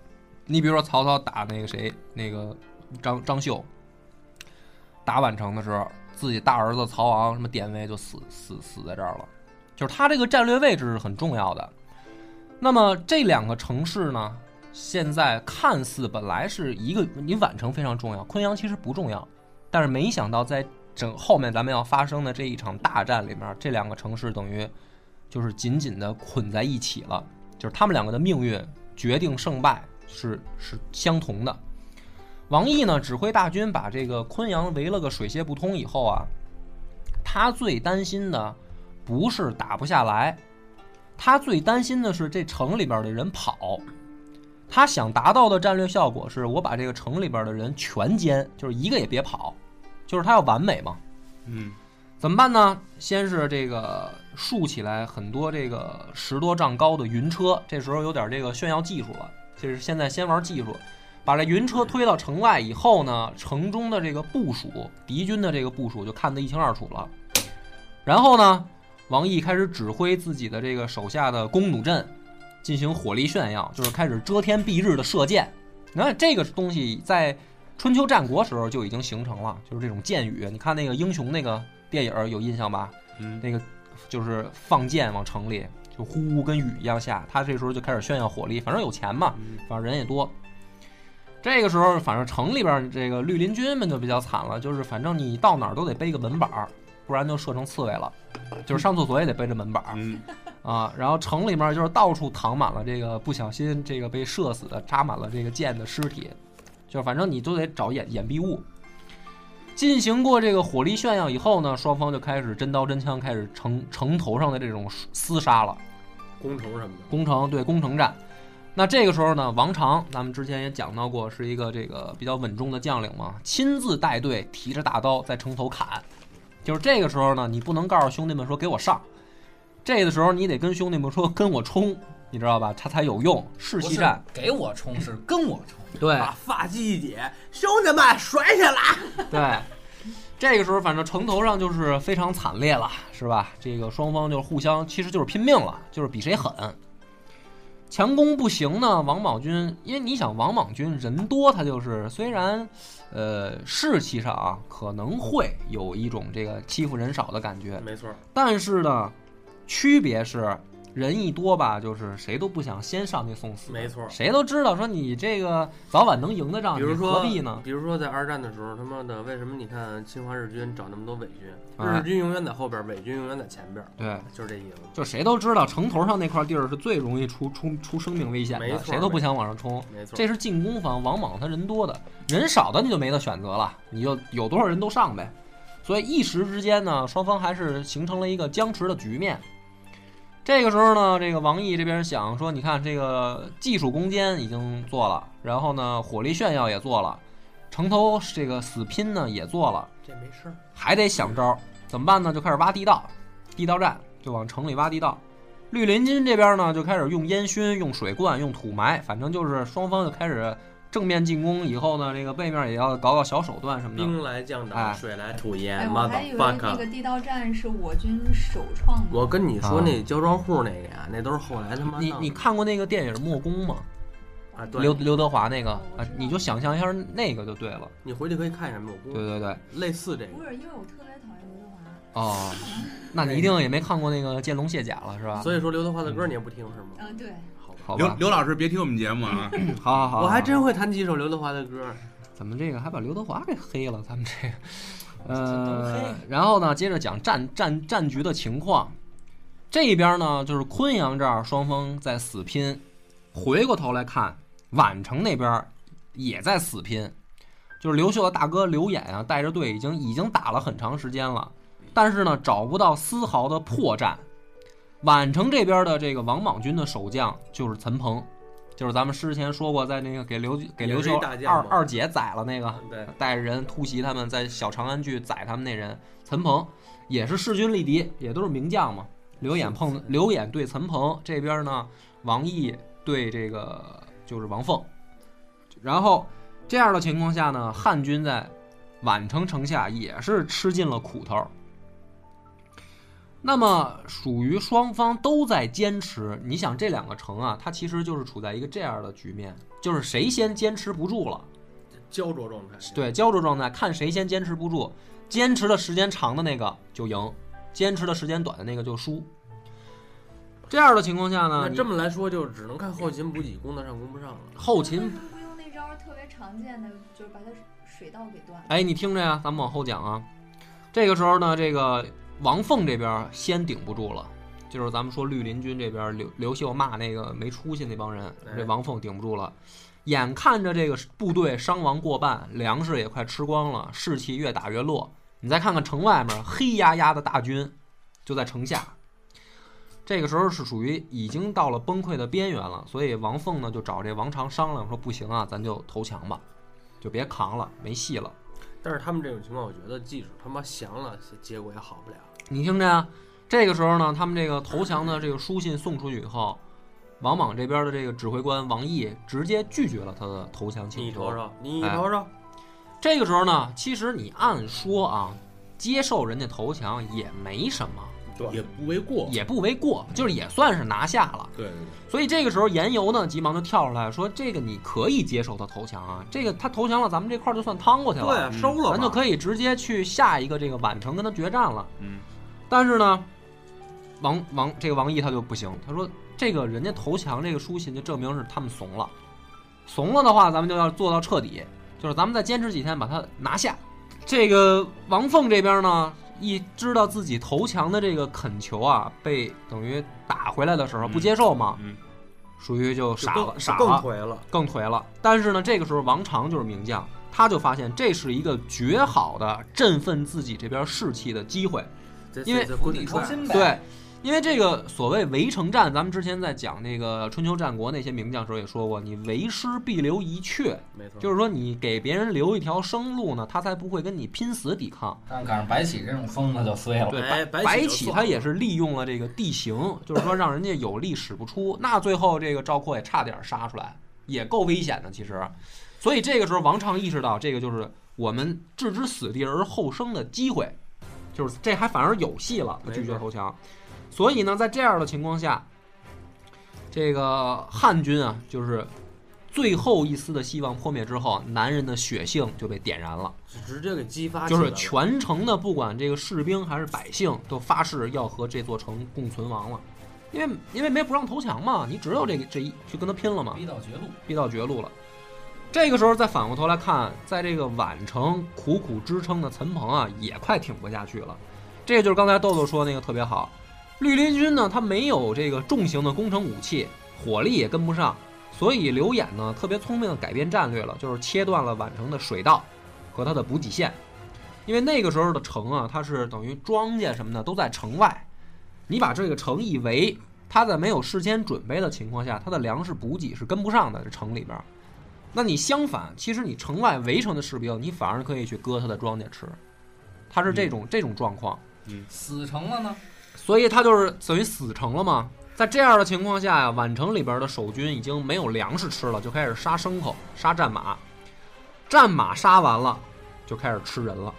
[SPEAKER 2] 你比如说曹操打那个谁，那个张张绣，打宛城的时候，自己大儿子曹昂什么典韦就死死死在这儿了，就是他这个战略位置是很重要的。那么这两个城市呢，现在看似本来是一个，你宛城非常重要，昆阳其实不重要，但是没想到在整后面咱们要发生的这一场大战里面，这两个城市等于就是紧紧的捆在一起了，就是他们两个的命运决定胜败是是相同的。王毅呢指挥大军把这个昆阳围了个水泄不通以后啊，他最担心的不是打不下来，他最担心的是这城里边的人跑。他想达到的战略效果是我把这个城里边的人全歼，就是一个也别跑，就是他要完美嘛。
[SPEAKER 4] 嗯，
[SPEAKER 2] 怎么办呢？先是这个竖起来很多这个十多丈高的云车，这时候有点这个炫耀技术了。这是现在先玩技术，把这云车推到城外以后呢，城中的这个部署，敌军的这个部署就看得一清二楚了。然后呢，王毅开始指挥自己的这个手下的弓弩阵进行火力炫耀，就是开始遮天蔽日的射箭。你看这个东西在春秋战国时候就已经形成了，就是这种箭雨。你看那个英雄那个电影儿有印象吧？
[SPEAKER 4] 嗯
[SPEAKER 2] 那个就是放箭往城里就呼呼跟雨一样下，他这时候就开始炫耀火力，反正有钱嘛，
[SPEAKER 4] 嗯
[SPEAKER 2] 反正人也多。这个时候，反正城里边儿这个绿林军们就比较惨了，就是反正你到哪儿都得背个门板儿，不然就射成刺猬了。就是上厕所也得背着门板儿
[SPEAKER 4] 嗯，
[SPEAKER 2] [LAUGHS] 啊，然后城里面就是到处躺满了这个不小心这个被射死的、扎满了这个箭的尸体，就反正你都得找掩掩蔽物。进行过这个火力炫耀以后呢，双方就开始真刀真枪，开始城城头上的这种厮杀了。
[SPEAKER 3] 工头什么的。
[SPEAKER 2] 攻城对攻城战。那这个时候呢，王常，咱们之前也讲到过，是一个这个比较稳重的将领嘛，亲自带队，提着大刀在城头砍。就是这个时候呢，你不能告诉兄弟们说给我上，这个时候你得跟兄弟们说跟我冲，你知道吧？他才有用，士
[SPEAKER 6] 不
[SPEAKER 2] 气
[SPEAKER 6] 是
[SPEAKER 2] 战。
[SPEAKER 6] 给我冲是跟我冲，
[SPEAKER 2] 对
[SPEAKER 3] 把发髻一解，兄弟们甩起来！
[SPEAKER 2] [LAUGHS] 对，这个时候反正城头上就是非常惨烈了，是吧？这个双方就是互相，其实就是拼命了，就是比谁狠。强攻不行呢，王莽军，因为你想王莽军人多，他就是虽然，呃，士气上啊可能会有一种这个欺负人少的感觉，
[SPEAKER 3] 没错，
[SPEAKER 2] 但是呢，区别是人一多吧，就是谁都不想先上去送死，
[SPEAKER 3] 没错
[SPEAKER 2] 谁都知道说你这个早晚能赢的仗，
[SPEAKER 3] 比如
[SPEAKER 2] 啊你
[SPEAKER 3] 说
[SPEAKER 2] 何必呢？
[SPEAKER 3] 比如说在二战的时候，他妈的为什么你看侵华日军找那么多伪军？
[SPEAKER 2] 啊
[SPEAKER 3] 日军永远在后边，伪军永远在前边，
[SPEAKER 2] 对，
[SPEAKER 3] 就是这意思。
[SPEAKER 2] 就谁都知道，城头上那块地儿是最容易出出出生命危险
[SPEAKER 3] 没
[SPEAKER 2] 的，
[SPEAKER 3] 错
[SPEAKER 2] 谁都不想往上冲。
[SPEAKER 3] 没错，
[SPEAKER 2] 这是进攻方，王莽他人多的，人少的你就没得选择了，你就有多少人都上呗。所以一时之间呢，双方还是形成了一个僵持的局面。这个时候呢，这个王毅这边想说，你看这个技术攻坚已经做了，然后呢，火力炫耀也做了，城头这个死拼呢也做了，
[SPEAKER 3] 这没事儿。
[SPEAKER 2] 还得想招儿，怎么办呢？就开始挖地道，地道战就往城里挖地道。绿林军这边呢，就开始用烟熏、用水灌、用土埋，反正就是双方就开始正面进攻。以后呢，这个背面也要搞搞小手段什么的。
[SPEAKER 3] 兵来将
[SPEAKER 2] 哎
[SPEAKER 3] 挡，水来土掩
[SPEAKER 5] 哎，我还以为那
[SPEAKER 3] motherfucker。
[SPEAKER 5] 个地道战是我军首创的。
[SPEAKER 3] 我跟你说，
[SPEAKER 2] 啊
[SPEAKER 3] 那焦庄户那个呀，那都是后来他妈
[SPEAKER 2] 你
[SPEAKER 3] 弄的
[SPEAKER 2] 你看过那个电影《莫宫》吗？
[SPEAKER 3] 啊，
[SPEAKER 2] 刘
[SPEAKER 3] 嗯对，
[SPEAKER 2] 刘德华那个
[SPEAKER 5] 哦我
[SPEAKER 2] 啊
[SPEAKER 5] 知道，
[SPEAKER 2] 你就想象一下那个就对了。
[SPEAKER 3] 你回去可以看一下木
[SPEAKER 2] 对
[SPEAKER 3] 工，
[SPEAKER 2] 对对，
[SPEAKER 3] 类似这
[SPEAKER 5] 不
[SPEAKER 3] 个。
[SPEAKER 5] 是因为我特别讨厌刘德华，
[SPEAKER 2] 哦，那你一定也没看过那个《剑龙卸甲》了是吧？
[SPEAKER 3] 所以说刘德华的歌你也不听是吗？
[SPEAKER 5] 嗯，对，
[SPEAKER 3] 好吧，
[SPEAKER 2] 好
[SPEAKER 4] 刘
[SPEAKER 2] 吧，嗯
[SPEAKER 4] 刘老师别听我们节目啊， [LAUGHS]
[SPEAKER 2] 好好好，
[SPEAKER 3] 我
[SPEAKER 2] 好
[SPEAKER 3] 还真会弹几首刘德华的歌。
[SPEAKER 2] 怎么这个还把刘德华给黑了？咱们这个，
[SPEAKER 6] 这都
[SPEAKER 2] 呃
[SPEAKER 6] 黑，
[SPEAKER 2] 然后呢，接着讲战战战局的情况。这边呢，就是昆阳这儿双方在死拼，回过头来看宛城那边也在死拼，就是刘秀的大哥刘演啊，带着队已经已经打了很长时间了，但是呢，找不到丝毫的破绽。宛城这边的这个王莽军的守将就是岑彭，就是咱们之前说过，在那个给刘给刘秀
[SPEAKER 3] 也是一大将
[SPEAKER 2] 二
[SPEAKER 3] 嘛
[SPEAKER 2] 二姐宰了那个，
[SPEAKER 3] 对，
[SPEAKER 2] 带着人突袭他们，在小长安去宰他们那人。岑彭也是势均力敌，也都是名将嘛。刘演碰刘演对岑彭这边呢，王毅对这个就是王凤。然后这样的情况下呢，汉军在宛城城下也是吃尽了苦头。那么属于双方都在坚持，你想这两个城啊，它其实就是处在一个这样的局面，就是谁先坚持不住了，
[SPEAKER 3] 焦灼状态。
[SPEAKER 2] 对焦灼状态，看谁先坚持不住，坚持的时间长的那个就赢，坚持的时间短的那个就输。这样的情况下呢，
[SPEAKER 3] 那
[SPEAKER 2] 啊你
[SPEAKER 3] 这么来说，就只能看后勤补给攻得上攻不上了。
[SPEAKER 2] 后
[SPEAKER 5] 他
[SPEAKER 2] 勤
[SPEAKER 5] 们，不用那招儿特别常见的，就是把他水道给断了。
[SPEAKER 2] 哎，你听着呀，咱们往后讲啊。这个时候呢，这个王凤这边先顶不住了，就是咱们说绿林军这边刘刘秀骂那个没出息那帮人，这
[SPEAKER 3] 哎
[SPEAKER 2] 王凤顶不住了。眼看着这个部队伤亡过半，粮食也快吃光了，士气越打越弱。你再看看城外面黑压压的大军，就在城下。这个时候是属于已经到了崩溃的边缘了，所以王凤呢就找这王常商量说：“不行啊，咱就投降吧，就别扛了，没戏了。”
[SPEAKER 3] 但是他们这种情况，我觉得即使他妈降了，结果也好不了。
[SPEAKER 2] 你听着呀，这个时候呢，他们这个投降的这个书信送出去以后，王莽这边的这个指挥官王毅直接拒绝了他的投降请
[SPEAKER 3] 你
[SPEAKER 2] 求
[SPEAKER 3] 瞅。瞅，你
[SPEAKER 2] 哎
[SPEAKER 3] 瞅瞅，
[SPEAKER 2] 这个时候呢，其实你按说啊，接受人家投降也没什么，
[SPEAKER 4] 也不为过。
[SPEAKER 2] 也不为过，就是也算是拿下了。
[SPEAKER 4] 对对对。
[SPEAKER 2] 所以这个时候，严尤呢急忙就跳出来说：“这个你可以接受他投降啊，这个他投降了，咱们这块儿就算趟过去了。
[SPEAKER 3] 对啊，收了吧，
[SPEAKER 2] 嗯咱就可以直接去下一个这个宛城跟他决战了。
[SPEAKER 4] 嗯，
[SPEAKER 2] 但是呢，王王这个王毅他就不行，他说这个人家投降这个书信就证明是他们怂了，怂了的话，咱们就要做到彻底，就是咱们再坚持几天把他拿下。这个王凤这边呢，一知道自己投降的这个恳求啊被等于打回来的时候
[SPEAKER 4] 嗯
[SPEAKER 2] 不接受嘛，
[SPEAKER 4] 嗯
[SPEAKER 2] 属于就
[SPEAKER 3] 就
[SPEAKER 2] 傻
[SPEAKER 3] 更
[SPEAKER 2] 了，傻
[SPEAKER 3] 更
[SPEAKER 2] 了。
[SPEAKER 3] 颓了。
[SPEAKER 2] 更颓了。但是呢，这个时候王常就是名将，他就发现这是一个绝好的振奋自己这边士气的机会。
[SPEAKER 3] 这
[SPEAKER 2] 因为
[SPEAKER 3] 这滚出来
[SPEAKER 6] 心呗
[SPEAKER 2] 对，因为这个所谓围城战，咱们之前在讲那个春秋战国那些名将时候也说过，你为师必留一雀，
[SPEAKER 3] 没错，
[SPEAKER 2] 就是说你给别人留一条生路呢，他才不会跟你拼死抵抗。
[SPEAKER 6] 但赶上白起这种疯子就碎了。
[SPEAKER 2] 对，
[SPEAKER 3] 哎
[SPEAKER 2] 白
[SPEAKER 3] 白起就
[SPEAKER 2] 起
[SPEAKER 3] 算
[SPEAKER 2] 他
[SPEAKER 3] 了
[SPEAKER 2] 也是利用了这个地形，就是说让人家有力使不出。那最后这个赵括也差点杀出来，也够危险的其实。所以这个时候王畅意识到，这个就是我们置之死地而后生的机会，就是这还反而有戏了，他拒绝
[SPEAKER 3] 没错
[SPEAKER 2] 投降。所以呢，在这样的情况下，这个汉军啊，就是最后一丝的希望破灭之后，男人的血性就被点燃了。
[SPEAKER 3] 直接给激发起
[SPEAKER 2] 就
[SPEAKER 3] 来了，
[SPEAKER 2] 是全城的不管这个士兵还是百姓，都发誓要和这座城共存亡了，因为因为没不让投降嘛，你只有这个这一去跟他拼了嘛，
[SPEAKER 6] 逼到绝路，
[SPEAKER 2] 逼到绝路了。这个时候再反过头来看，在这个宛城苦苦支撑的岑彭啊，也快挺不下去了。这就是刚才豆豆说那个特别好，绿林军呢，他没有这个重型的工程武器，火力也跟不上，所以刘演呢特别聪明的改变战略了，就是切断了宛城的水道和它的补给线，因为那个时候的城啊，它是等于庄稼什么的都在城外，你把这个城一围，它在没有事先准备的情况下，它的粮食补给是跟不上的，这城里边儿。那你相反，其实你城外围城的士兵，你反而可以去割他的庄稼吃，他是这种、这种状况。
[SPEAKER 6] 死成了呢。
[SPEAKER 2] 所以他就是等于死城了嘛。在这样的情况下呀、宛城里边的守军已经没有粮食吃了，就开始杀牲口、杀战马。战马杀完了，就开始吃人了，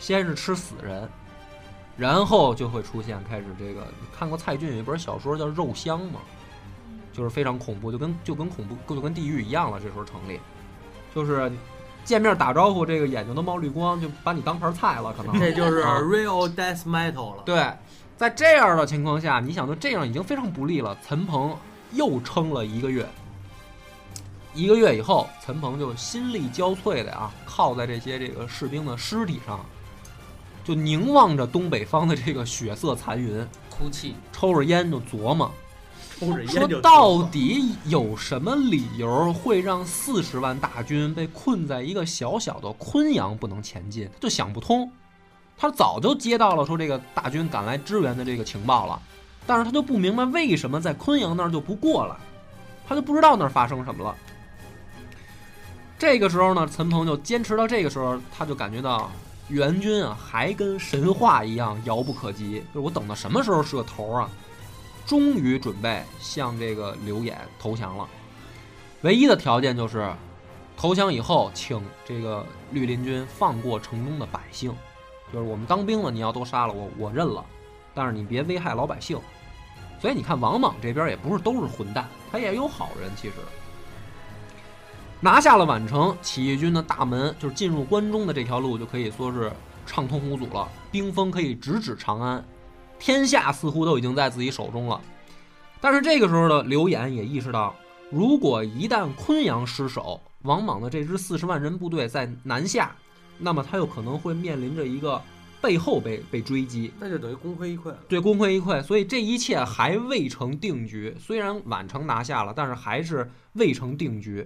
[SPEAKER 2] 先是吃死人，然后就会出现开始这个。你看过蔡骏有一本小说叫《肉香》吗？就是非常恐怖，就跟就跟恐怖就跟地狱一样了。这时候城里，就是见面打招呼，这个眼睛都冒绿光，就把你当盘菜了，可能
[SPEAKER 3] 这就是
[SPEAKER 2] 啊
[SPEAKER 3] real death
[SPEAKER 2] [LAUGHS]
[SPEAKER 3] metal 了。
[SPEAKER 2] 对，在这样的情况下，你想就这样已经非常不利了。岑彭又撑了一个月，一个月以后，岑彭就心力交瘁的啊，靠在这些这个士兵的尸体上，就凝望着东北方的这个血色残云。
[SPEAKER 6] 出气，
[SPEAKER 2] 抽着烟就琢磨，
[SPEAKER 3] 抽着
[SPEAKER 2] 说
[SPEAKER 3] 烟就
[SPEAKER 2] 到底有什么理由会让四十万大军被困在一个小小的昆阳不能前进？就想不通。他早就接到了说这个大军赶来支援的这个情报了，但是他就不明白为什么在昆阳那儿就不过来，他就不知道那儿发生什么了。这个时候呢，陈鹏就坚持到这个时候，他就感觉到援军啊还跟神话一样遥不可及，就是我等到什么时候是个头啊？终于准备向这个刘演投降了。唯一的条件就是，投降以后，请这个绿林军放过城中的百姓，就是我们当兵了，你要都杀了我，我认了，但是你别危害老百姓。所以你看，王莽这边也不是都是混蛋，他也有好人。其实，拿下了宛城，起义军的大门就是进入关中的这条路，就可以说是畅通无阻了，兵锋可以直指长安。天下似乎都已经在自己手中了。但是这个时候的刘演也意识到，如果一旦昆阳失守，王莽的这支四十万人部队在南下，那么他有可能会面临着一个背后被被追击，
[SPEAKER 3] 那就等于功亏一篑了。
[SPEAKER 2] 对，功亏一篑。所以这一切还未成定局。虽然宛城拿下了，但是还是未成定局。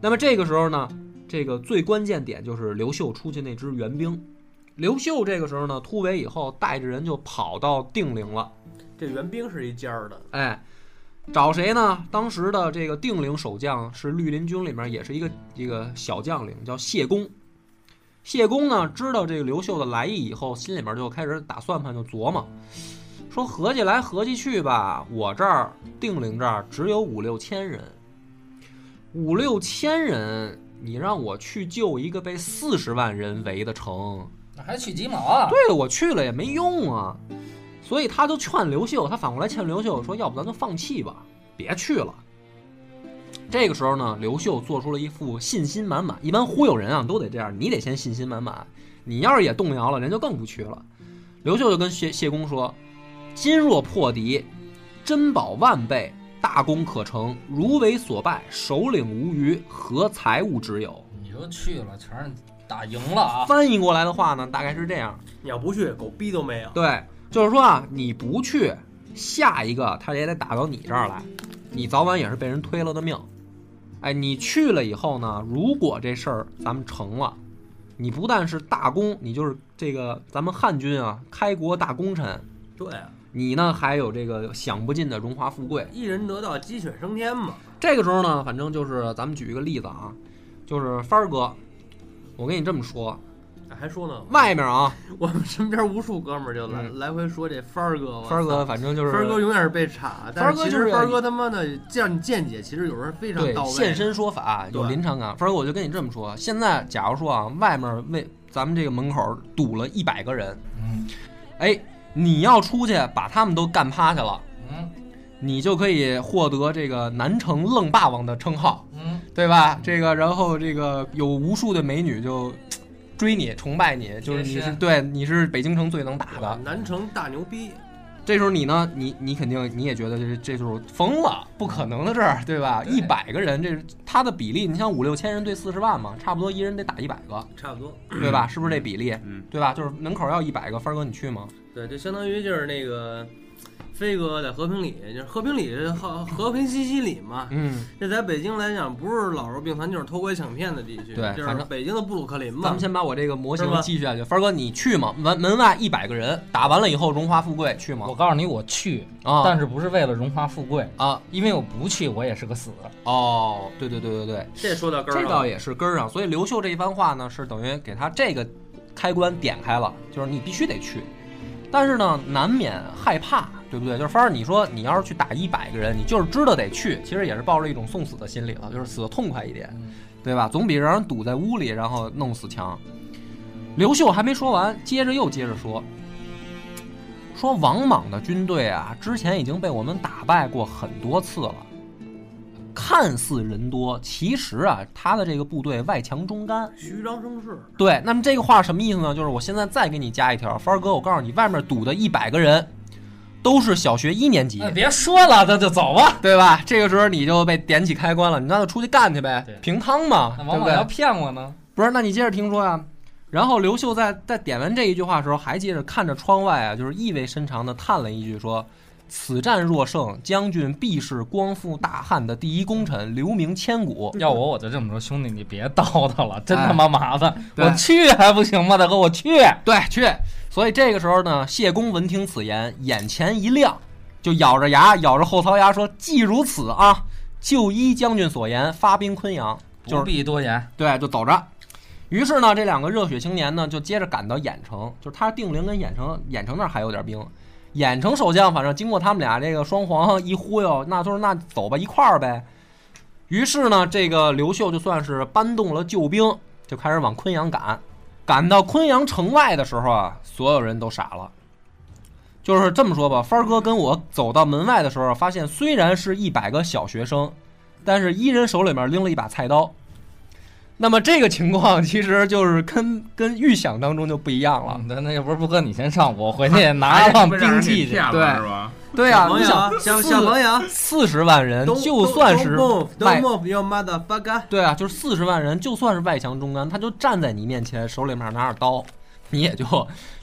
[SPEAKER 2] 那么这个时候呢，这个最关键点就是刘秀出去那支援兵。刘秀这个时候呢，突围以后，带着人就跑到定陵了。
[SPEAKER 3] 这援兵是一家儿的，
[SPEAKER 2] 哎，找谁呢？当时的这个定陵守将是绿林军里面也是一个一个小将领，叫谢公。谢公呢，知道这个刘秀的来意以后，心里面就开始打算盘，就琢磨，说合计来合计去吧，我这儿定陵这儿只有五六千人，五六千人，你让我去救一个被四十万人围的城，
[SPEAKER 6] 那还取鸡毛啊？
[SPEAKER 2] 对我去了也没用啊，所以他就劝刘秀，他反过来劝刘秀说：“要不咱就放弃吧，别去了。”这个时候呢，刘秀做出了一副信心满满。一般忽悠人啊，都得这样，你得先信心满满。你要是也动摇了，人就更不去了。刘秀就跟谢谢公说：“今若破敌，珍宝万倍，大功可成；如为所败，首领无余，何财物之有
[SPEAKER 6] 你就去了，全是打赢了？”啊！
[SPEAKER 2] 翻译过来的话呢，大概是这样。
[SPEAKER 3] 你要不去，狗逼都没有。
[SPEAKER 2] 对，就是说啊，你不去，下一个他也得打到你这儿来，你早晚也是被人推了的命。哎，你去了以后呢，如果这事儿咱们成了，你不但是大功，你就是这个咱们汉军啊开国大功臣，
[SPEAKER 3] 对啊，
[SPEAKER 2] 你呢还有这个享不尽的荣华富贵。
[SPEAKER 3] 一人得道，鸡犬升天嘛。
[SPEAKER 2] 这个时候呢，反正就是咱们举一个例子啊，就是帆儿哥，我跟你这么说，
[SPEAKER 3] 还说呢，
[SPEAKER 2] 外面啊，
[SPEAKER 3] 我们身边无数哥们儿就来、
[SPEAKER 2] 嗯
[SPEAKER 3] 来回说这帆儿哥，我
[SPEAKER 2] 帆儿哥
[SPEAKER 3] 操。
[SPEAKER 2] 反正就是
[SPEAKER 3] 帆儿哥永远是被插，
[SPEAKER 2] 帆儿
[SPEAKER 3] 但
[SPEAKER 2] 哥
[SPEAKER 3] 是其
[SPEAKER 2] 就是
[SPEAKER 3] 实帆儿哥他妈的这样见解，其实有时候非常
[SPEAKER 2] 对
[SPEAKER 3] 到位。
[SPEAKER 2] 现身说法有
[SPEAKER 3] 对
[SPEAKER 2] 临场感。分儿哥，我就跟你这么说，现在假如说啊，外面为咱们这个门口堵了一百个人，
[SPEAKER 6] 嗯
[SPEAKER 2] 哎，你要出去把他们都干趴下了，
[SPEAKER 6] 嗯
[SPEAKER 2] 你就可以获得这个南城愣霸王的称号，
[SPEAKER 6] 嗯，
[SPEAKER 2] 对吧？这个，然后这个有无数的美女就嘖追你、崇拜你，就是你
[SPEAKER 6] 贴
[SPEAKER 2] 是
[SPEAKER 6] 身
[SPEAKER 2] 对你是北京城最能打的。
[SPEAKER 3] 南城大牛逼，
[SPEAKER 2] 这时候你呢，你你肯定你也觉得这这就是疯了，不可能的事儿，对吧？
[SPEAKER 6] 对
[SPEAKER 2] 一百个人，这是他的比例，你像五六千人对四十万嘛，差不多一人得打一百个，
[SPEAKER 3] 差不多。
[SPEAKER 2] 对吧？是不是这比例？
[SPEAKER 4] 嗯，
[SPEAKER 2] 对吧？就是门口要一百个，帆儿哥你去吗？
[SPEAKER 6] 嗯
[SPEAKER 3] 对，就相当于就是那个飞哥在和平里，就是和平里和和平西西里嘛。
[SPEAKER 2] 嗯，
[SPEAKER 3] 这在北京来讲，不是老弱病残就是偷拐抢骗的地区，
[SPEAKER 2] 对
[SPEAKER 3] 就
[SPEAKER 2] 反
[SPEAKER 3] 是
[SPEAKER 2] 正
[SPEAKER 3] 北京的布鲁克林
[SPEAKER 2] 嗯咱
[SPEAKER 3] 嘛
[SPEAKER 2] 们。先把我这个模型
[SPEAKER 3] 是吧
[SPEAKER 2] 继续下去。帆儿哥你去吗？门门外一百个人，打完了以后荣华富贵去吗
[SPEAKER 6] 我？告诉你，我去，
[SPEAKER 2] 啊
[SPEAKER 6] 但是不是为了荣华富贵，
[SPEAKER 2] 啊
[SPEAKER 6] 因为我不去，我也是个死。
[SPEAKER 2] 哦，对对对对对，
[SPEAKER 3] 这说到根儿
[SPEAKER 2] 这
[SPEAKER 3] 上
[SPEAKER 2] 倒
[SPEAKER 3] 了，
[SPEAKER 2] 也是根儿上。所以刘秀这一番话呢，是等于给他这个开关点开了，就是你必须得去。但是呢，难免害怕，对不对？就是反正你说你要是去打一百个人，你就是知道得去，其实也是抱着一种送死的心理了，就是死的痛快一点，
[SPEAKER 3] 嗯
[SPEAKER 2] 对吧？总比让人堵在屋里然后弄死强。刘秀还没说完，接着又接着说，说王莽的军队啊，之前已经被我们打败过很多次了。看似人多，其实啊，他的这个部队外强中干。
[SPEAKER 3] 虚张声势，
[SPEAKER 2] 对，那么这个话什么意思呢？就是我现在再给你加一条，帆儿哥，我告诉你，外面堵的一百个人，都是小学一年级，
[SPEAKER 6] 那别说了，那就走吧。
[SPEAKER 2] 对吧？这个时候你就被点起开关了，你那就出去干去呗
[SPEAKER 6] 对，
[SPEAKER 2] 平汤嘛，
[SPEAKER 6] 那
[SPEAKER 2] 对
[SPEAKER 6] 王
[SPEAKER 2] 不
[SPEAKER 6] 莽要
[SPEAKER 2] 对？
[SPEAKER 6] 骗我呢？
[SPEAKER 2] 不是，那你接着听说呀、啊然后刘秀在在点完这一句话的时候，还接着看着窗外啊，就是意味深长的叹了一句说：“此战若胜，将军必是光复大汉的第一功臣，留名千古。”
[SPEAKER 6] [LAUGHS] 要我我就这么说，兄弟你别叨叨了，真他妈麻烦！
[SPEAKER 2] 对
[SPEAKER 6] 我去还不行吗，大哥，我去。
[SPEAKER 2] 对，去。所以这个时候呢，谢公闻听此言，眼前一亮，就咬着牙，咬着后槽牙说：“既如此啊，就依将军所言，发兵昆阳。”就是
[SPEAKER 6] 不必多言，
[SPEAKER 2] 对，就走着。于是呢，这两个热血青年呢，就接着赶到郾城，就是他定陵跟郾城，郾城那儿还有点兵。郾城守将，反正经过他们俩这个双簧一忽悠，那就是那走吧，一块儿呗。于是呢，这个刘秀就算是搬动了救兵，就开始往昆阳赶。赶到昆阳城外的时候啊，所有人都傻了。就是这么说吧，帆儿哥跟我走到门外的时候，发现虽然是一百个小学生，但是一人手里面拎了一把菜刀。那么这个情况其实就是跟跟预想当中就不一样了。
[SPEAKER 6] 嗯那那要不是不哥你先上，我回去拿上兵器去。
[SPEAKER 2] 对
[SPEAKER 4] 对是吧？
[SPEAKER 2] 对呀、
[SPEAKER 3] 小
[SPEAKER 2] 你
[SPEAKER 3] 朋友啊
[SPEAKER 2] 想
[SPEAKER 3] 小
[SPEAKER 2] 四
[SPEAKER 3] 小朋友，
[SPEAKER 2] 四十万人，就算是
[SPEAKER 3] don't move,
[SPEAKER 2] 外
[SPEAKER 3] don't move your mother fucker，
[SPEAKER 2] 对啊，就是四十万人，就算是外强中干，他就站在你面前，手里面拿着刀，你也就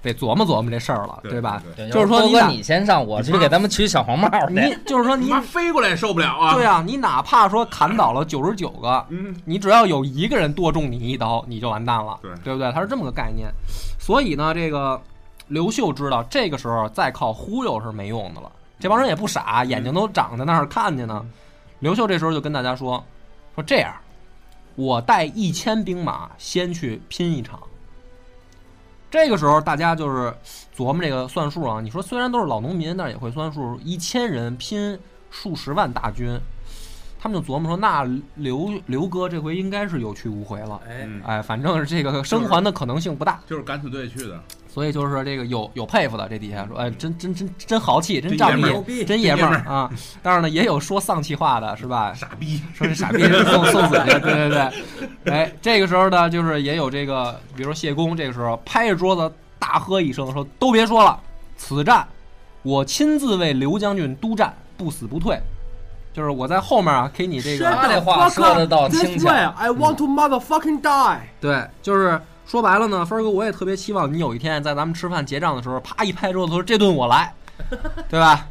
[SPEAKER 2] 得琢磨琢磨这事儿了，
[SPEAKER 4] 对
[SPEAKER 2] 吧？？
[SPEAKER 6] 对
[SPEAKER 2] 就是说
[SPEAKER 6] 要不
[SPEAKER 2] 你
[SPEAKER 6] 哥
[SPEAKER 2] 俩
[SPEAKER 6] 你啊先上，我去给他们取小黄帽
[SPEAKER 2] 你
[SPEAKER 6] 去。
[SPEAKER 2] 就是说
[SPEAKER 4] 你
[SPEAKER 2] 你
[SPEAKER 4] 妈飞过来也受不了啊！
[SPEAKER 2] 对啊，你哪怕说砍倒了九十九个，
[SPEAKER 4] 嗯，
[SPEAKER 2] 你只要有一个人多中你一刀，你就完蛋了，
[SPEAKER 4] 对
[SPEAKER 2] 对不对？它是这么个概念。所以呢，这个刘秀知道这个时候再靠忽悠是没用的了，这帮人也不傻，眼睛都长在那儿看见呢。刘秀这时候就跟大家说：“说这样，我带一千兵马先去拼一场。”这个时候，大家就是琢磨这个算数啊。你说虽然都是老农民，但是也会算数，一千人拼数十万大军，他们就琢磨说，那刘刘哥这回应该是有去无回了。
[SPEAKER 3] 哎，
[SPEAKER 4] 嗯，
[SPEAKER 2] 哎，反正是这个生还的可能性不大，
[SPEAKER 4] 就是敢死队去的，
[SPEAKER 2] 所以就是这个有有佩服的，这底下说，哎，真真真真豪气，真
[SPEAKER 4] 真
[SPEAKER 2] 仗
[SPEAKER 4] 爷们
[SPEAKER 2] 义
[SPEAKER 4] 儿，
[SPEAKER 3] 逼
[SPEAKER 2] 真爷们儿
[SPEAKER 4] 真爷
[SPEAKER 2] 啊！当然呢，也有说丧气话的，是吧？
[SPEAKER 4] 傻逼，
[SPEAKER 2] 说这傻逼人送送死去，对对对。哎，这个时候呢，就是也有这个，比如说谢公，这个时候拍着桌子大喝一声，说：“都别说了，此战我亲自为刘将军督战，不死不退。”就是我在后面啊，给你这个
[SPEAKER 6] 他这话说得倒轻
[SPEAKER 3] This
[SPEAKER 6] 巧
[SPEAKER 3] way,。I want to motherfucking die。
[SPEAKER 2] 对，就是说白了呢，分儿哥，我也特别希望你有一天在咱们吃饭结账的时候，啪一拍桌子说这顿我来，对吧？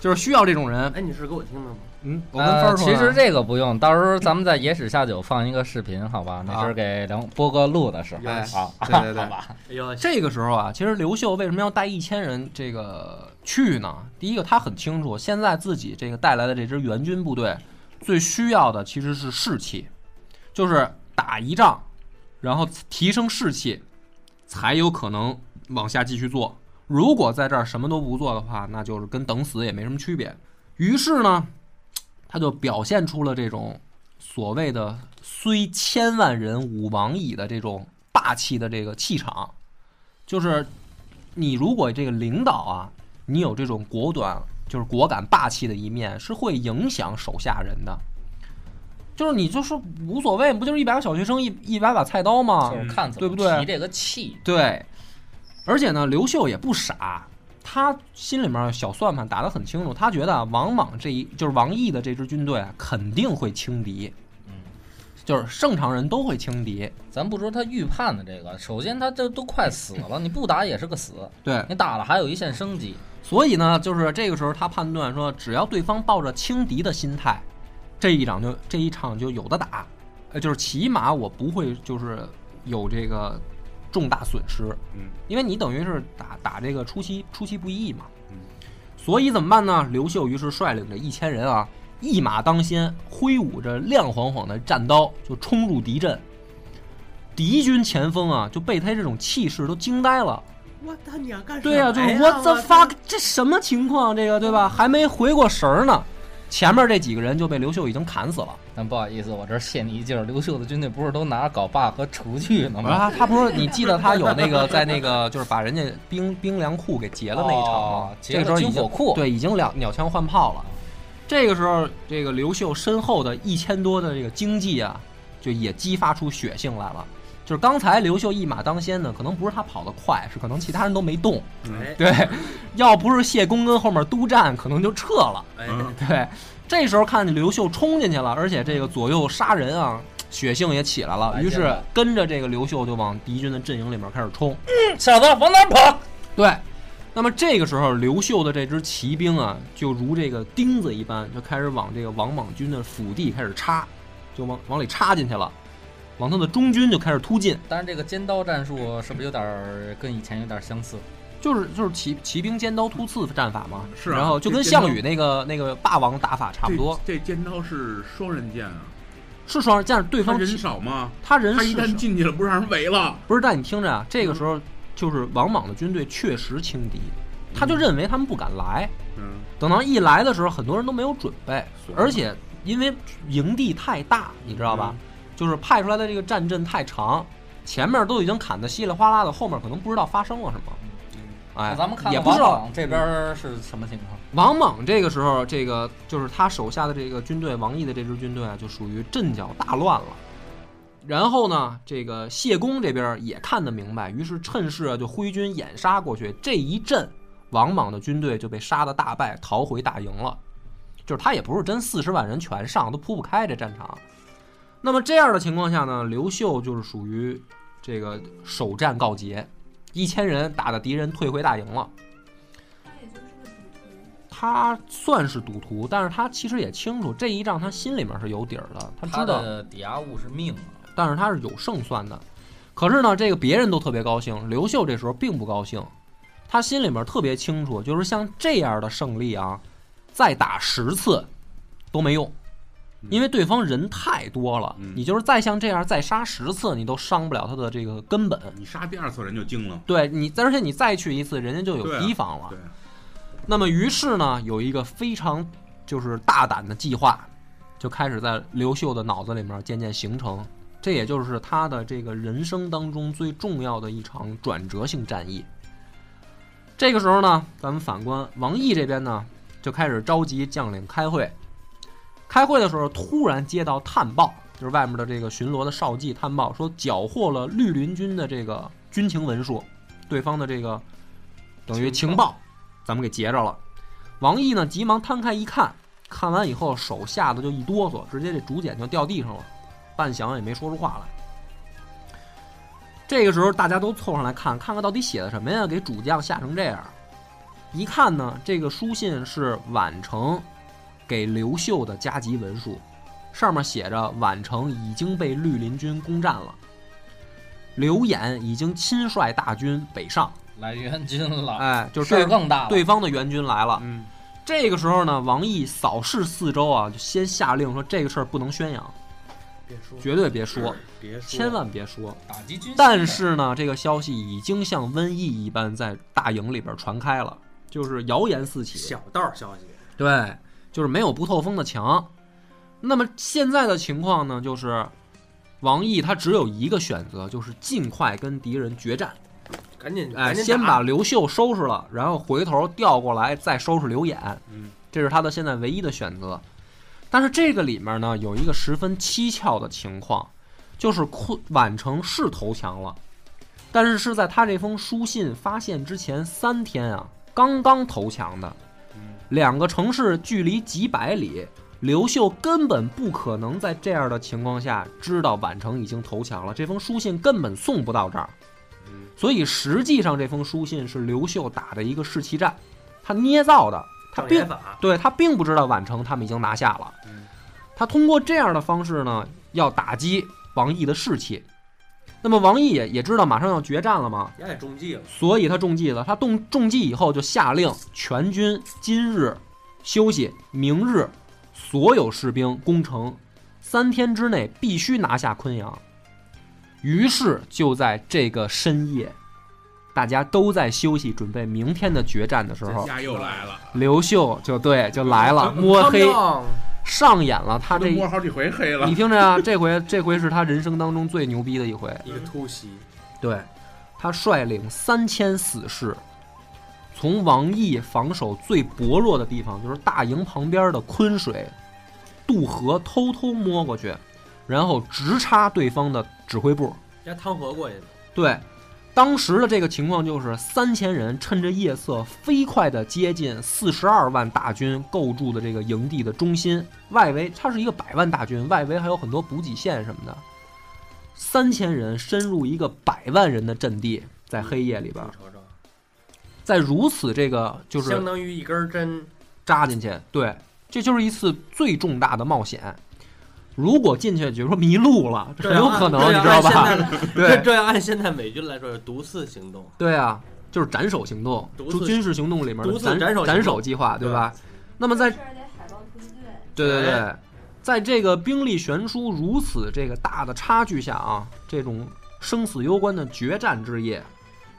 [SPEAKER 2] 就是需要这种人。
[SPEAKER 3] 哎，你是给我听的吗？
[SPEAKER 2] 嗯，我跟分
[SPEAKER 6] 呃，
[SPEAKER 2] 儿说
[SPEAKER 6] 其
[SPEAKER 2] 呢、
[SPEAKER 6] 实这个不用，到时候咱们在野史下酒放一个视频，好吧？那是给梁波哥录的时候，
[SPEAKER 2] 哎
[SPEAKER 6] 好，
[SPEAKER 2] 对对对
[SPEAKER 6] 好吧？
[SPEAKER 3] 哎呦，
[SPEAKER 2] 这个时候啊，其实刘秀为什么要带一千人这个去呢？第一个，他很清楚，现在自己这个带来的这支援军部队，最需要的其实是士气，就是打一仗，然后提升士气，才有可能往下继续做。如果在这儿什么都不做的话，那就是跟等死也没什么区别。于是呢，他就表现出了这种所谓的“虽千万人，吾往矣”的这种霸气的这个气场。就是你如果这个领导啊，你有这种果断，就是果敢霸气的一面，是会影响手下人的。就是你就说无所谓，不就是一百个小学生一一百把菜刀吗？
[SPEAKER 6] 就是看怎
[SPEAKER 2] 对不
[SPEAKER 6] 么
[SPEAKER 2] 对
[SPEAKER 6] 提这个气。
[SPEAKER 2] 对，而且呢，刘秀也不傻，他心里面小算盘打得很清楚，他觉得啊，王莽这一就是王毅的这支军队啊，肯定会轻敌，就是正常人都会轻敌，
[SPEAKER 6] 咱不说他预判的这个，首先他这都快死了，你不打也是个死，
[SPEAKER 2] 对，
[SPEAKER 6] 你打了还有一线生机。
[SPEAKER 2] 所以呢，就是这个时候他判断说，只要对方抱着轻敌的心态，这一场就这一场就有的打，呃，就是起码我不会就是有这个重大损失，
[SPEAKER 4] 嗯，
[SPEAKER 2] 因为你等于是打打这个出其出其不意嘛
[SPEAKER 4] 嗯，
[SPEAKER 2] 所以怎么办呢？刘秀于是率领着一千人啊，一马当先，挥舞着亮晃晃的战刀就冲入敌阵，敌军前锋啊就被他这种气势都惊呆了。
[SPEAKER 3] 我他娘干什么
[SPEAKER 2] 对
[SPEAKER 3] 哎呀？
[SPEAKER 2] 呀、就是 what the
[SPEAKER 3] 我操
[SPEAKER 2] fuck，这什么情况？这个对吧？还没回过神儿呢，前面这几个人就被刘秀已经砍死了。
[SPEAKER 6] 但不好意思，我这儿泄你一劲儿，刘秀的军队不是都拿镐把和锄去呢吗？
[SPEAKER 2] 啊，他不是你记得他有那个在那个 [LAUGHS] 就是把人家冰冰凉库给劫了那一场吗？
[SPEAKER 6] 哦
[SPEAKER 2] 这
[SPEAKER 6] 劫
[SPEAKER 2] 个时候
[SPEAKER 6] 了
[SPEAKER 2] 已
[SPEAKER 6] 军
[SPEAKER 2] 经
[SPEAKER 6] 火库。
[SPEAKER 2] 对已经两鸟枪换炮了。这个时候，这个刘秀身后的一千多的这个经济啊，就也激发出血性来了。就是刚才刘秀一马当先呢，可能不是他跑得快，是可能其他人都没动。
[SPEAKER 3] 哎
[SPEAKER 2] 对，要不是谢公跟后面督战，可能就撤了。
[SPEAKER 3] 哎，
[SPEAKER 2] [LAUGHS]
[SPEAKER 4] 嗯
[SPEAKER 2] 对，这时候看见刘秀冲进去了，而且这个左右杀人啊，血性也起来了，
[SPEAKER 6] 来劲
[SPEAKER 2] 于是
[SPEAKER 6] 了
[SPEAKER 2] 跟着这个刘秀就往敌军的阵营里面开始冲。
[SPEAKER 6] 嗯小子往哪儿跑？
[SPEAKER 2] 对，那么这个时候刘秀的这支骑兵啊，就如这个钉子一般，就开始往这个王莽军的腹地开始插，就往往里插进去了，往他的中军就开始突进。
[SPEAKER 6] 但是这个尖刀战术是不是有点儿跟以前有点儿相似？
[SPEAKER 2] 就是就是骑骑兵尖刀突刺战法嘛，
[SPEAKER 4] 是啊
[SPEAKER 2] 然后就跟
[SPEAKER 4] 这尖刀
[SPEAKER 2] 项羽那个那个霸王打法差不多，
[SPEAKER 4] 这。这尖刀是双刃剑啊，
[SPEAKER 2] 是双人，但是对
[SPEAKER 4] 他
[SPEAKER 2] 方
[SPEAKER 4] 人
[SPEAKER 2] 骑
[SPEAKER 4] 少吗？
[SPEAKER 2] 他人
[SPEAKER 4] 他一
[SPEAKER 2] 是
[SPEAKER 4] 旦进嗯去了，不是让人围了？
[SPEAKER 2] 不是，但你听着啊，这个时候就是王莽的军队确实轻敌，他就认为他们不敢来，
[SPEAKER 4] 嗯，
[SPEAKER 2] 等到一来的时候，很多人都没有准备，
[SPEAKER 4] 是
[SPEAKER 2] 而且因为营地太大，你知道吧？
[SPEAKER 4] 嗯
[SPEAKER 2] 就是派出来的这个战阵太长，前面都已经砍得稀里哗啦的，后面可能不知道发生了什么。
[SPEAKER 4] 嗯
[SPEAKER 2] 哎，
[SPEAKER 6] 那咱们看看
[SPEAKER 2] 也不知
[SPEAKER 6] 王
[SPEAKER 2] 道
[SPEAKER 6] 莽这边儿是什么情况。
[SPEAKER 2] 王莽这个时候，这个就是他手下的这个军队，王毅的这支军队啊，就属于阵脚大乱了。然后呢，这个谢公这边也看得明白，于是趁势啊就挥军掩杀过去。这一阵，王莽的军队就被杀得大败，逃回大营了。就是他也不是真四十万人全上，都铺不开这战场。那么这样的情况下呢，刘秀就是属于这个首战告捷，一千人打的敌人退回大营了。
[SPEAKER 5] 他也就是个赌徒，
[SPEAKER 2] 他算是赌徒，但是他其实也清楚这一仗他心里面是有底儿的，他
[SPEAKER 6] 他
[SPEAKER 2] 知道，
[SPEAKER 6] 的抵押物是命啊，
[SPEAKER 2] 但是他是有胜算的。可是呢，这个别人都特别高兴，刘秀这时候并不高兴，他心里面特别清楚，就是像这样的胜利啊，再打十次都没用，
[SPEAKER 4] 嗯
[SPEAKER 2] 因为对方人太多了，
[SPEAKER 4] 嗯
[SPEAKER 2] 你就是再像这样再杀十次，你都伤不了他的这个根本。
[SPEAKER 4] 你杀第二次人就惊了。
[SPEAKER 2] 对你，而且你再去一次，人家就有
[SPEAKER 4] 对啊
[SPEAKER 2] 提防了
[SPEAKER 4] 对。，
[SPEAKER 2] 那么于是呢，有一个非常就是大胆的计划，就开始在刘秀的脑子里面渐渐形成。这也就是他的这个人生当中最重要的一场转折性战役。这个时候呢，咱们反观王毅这边呢，就开始召集将领开会。开会的时候，突然接到探报，就是外面的这个巡逻的少季探报，说缴获了绿林军的这个军情文书，对方的这个等于情报，咱们给截着了。王毅呢，急忙摊开一看，看完以后手吓得就一哆嗦，直接这竹简就掉地上了，半晌也没说出话来。这个时候，大家都凑上来看，看看到底写的什么呀？给主将吓成这样。一看呢，这个书信是宛城给刘秀的加急文书，上面写着宛城已经被绿林军攻占了，刘演已经亲率大军北上，
[SPEAKER 6] 来援军了，
[SPEAKER 2] 哎，就是
[SPEAKER 6] 事儿
[SPEAKER 2] 对
[SPEAKER 6] 更大了。
[SPEAKER 2] 对，方的援军来了。
[SPEAKER 4] 嗯，
[SPEAKER 2] 这个时候呢，王毅扫视四周啊，就先下令说这个事儿不能宣扬，
[SPEAKER 3] 别说，
[SPEAKER 2] 绝对别说，
[SPEAKER 3] 别说，
[SPEAKER 2] 千万别说。
[SPEAKER 6] 打击军心。
[SPEAKER 2] 但是呢，这个消息已经像瘟疫一般在大营里边传开了，就是谣言四起。
[SPEAKER 3] 小道消息。
[SPEAKER 2] 对，就是没有不透风的墙。那么现在的情况呢，就是王毅他只有一个选择，就是尽快跟敌人决战。
[SPEAKER 3] 赶紧，
[SPEAKER 2] 哎，
[SPEAKER 3] 赶紧
[SPEAKER 2] 先
[SPEAKER 3] 打
[SPEAKER 2] 把刘秀收拾了，然后回头调过来再收拾刘演。
[SPEAKER 4] 嗯，
[SPEAKER 2] 这是他的现在唯一的选择。但是这个里面呢，有一个十分蹊跷的情况，就是昆宛城是投降了，但是是在他这封书信发现之前三天啊，刚刚投降的。两个城市距离几百里，刘秀根本不可能在这样的情况下知道宛城已经投降了，这封书信根本送不到这儿。所以实际上这封书信是刘秀打的一个士气战，他捏造的，他
[SPEAKER 3] 障
[SPEAKER 2] 并
[SPEAKER 3] 眼法，
[SPEAKER 2] 对他并不知道宛城他们已经拿下了
[SPEAKER 4] 嗯，
[SPEAKER 2] 他通过这样的方式呢，要打击王毅的士气。那么王毅也也知道马上要决战了嘛，
[SPEAKER 3] 人家也中计了，
[SPEAKER 2] 所以他中计了。他动中计以后，就下令全军今日休息，明日所有士兵攻城，三天之内必须拿下昆阳。于是就在这个深夜，大家都在休息，准备明天的决战的
[SPEAKER 4] [LAUGHS]
[SPEAKER 2] 时候，
[SPEAKER 4] 家又来了，
[SPEAKER 2] 刘秀就对就来了，摸黑上演了他
[SPEAKER 4] 都
[SPEAKER 2] 这。
[SPEAKER 4] 摸好几回黑了
[SPEAKER 2] 你。听着啊，这回这回是他人生当中最牛逼的一回。
[SPEAKER 3] 一个突袭，
[SPEAKER 2] 对，他率领三千死士，从王毅防守最薄弱的地方，就是大营旁边的昆水渡河，偷偷摸过去，然后直插对方的指挥部。
[SPEAKER 3] 人家汤河过去的，
[SPEAKER 2] 对，当时的这个情况就是，三千人趁着夜色飞快地接近四十二万大军构筑的这个营地的中心，外围它是一个百万大军，外围还有很多补给线什么的。三千人深入一个百万人的阵地，在黑夜里边，
[SPEAKER 3] 瞅瞅，
[SPEAKER 2] 在如此这个就是
[SPEAKER 3] 相当于一根针，
[SPEAKER 2] 扎进去。对，这就是一次最重大的冒险。如果进去，比如说迷路了，这
[SPEAKER 3] 对啊
[SPEAKER 2] 很有可能，
[SPEAKER 3] 对啊
[SPEAKER 2] 你知道吧？
[SPEAKER 3] 按现在这
[SPEAKER 2] 对
[SPEAKER 3] 这要按现在美军来说是独刺行动，
[SPEAKER 2] 对啊，就是斩首行动，
[SPEAKER 3] 独
[SPEAKER 2] 就
[SPEAKER 3] 自
[SPEAKER 2] 军事行动里面
[SPEAKER 3] 独
[SPEAKER 2] 的
[SPEAKER 3] 自
[SPEAKER 2] 斩
[SPEAKER 3] 斩首行动
[SPEAKER 2] 斩首计划，对吧？那么在
[SPEAKER 5] 这儿得海豹突击队，
[SPEAKER 2] 对对对
[SPEAKER 3] 哎，
[SPEAKER 2] 在这个兵力悬殊如此这个大的差距下啊，这种生死攸关的决战之夜，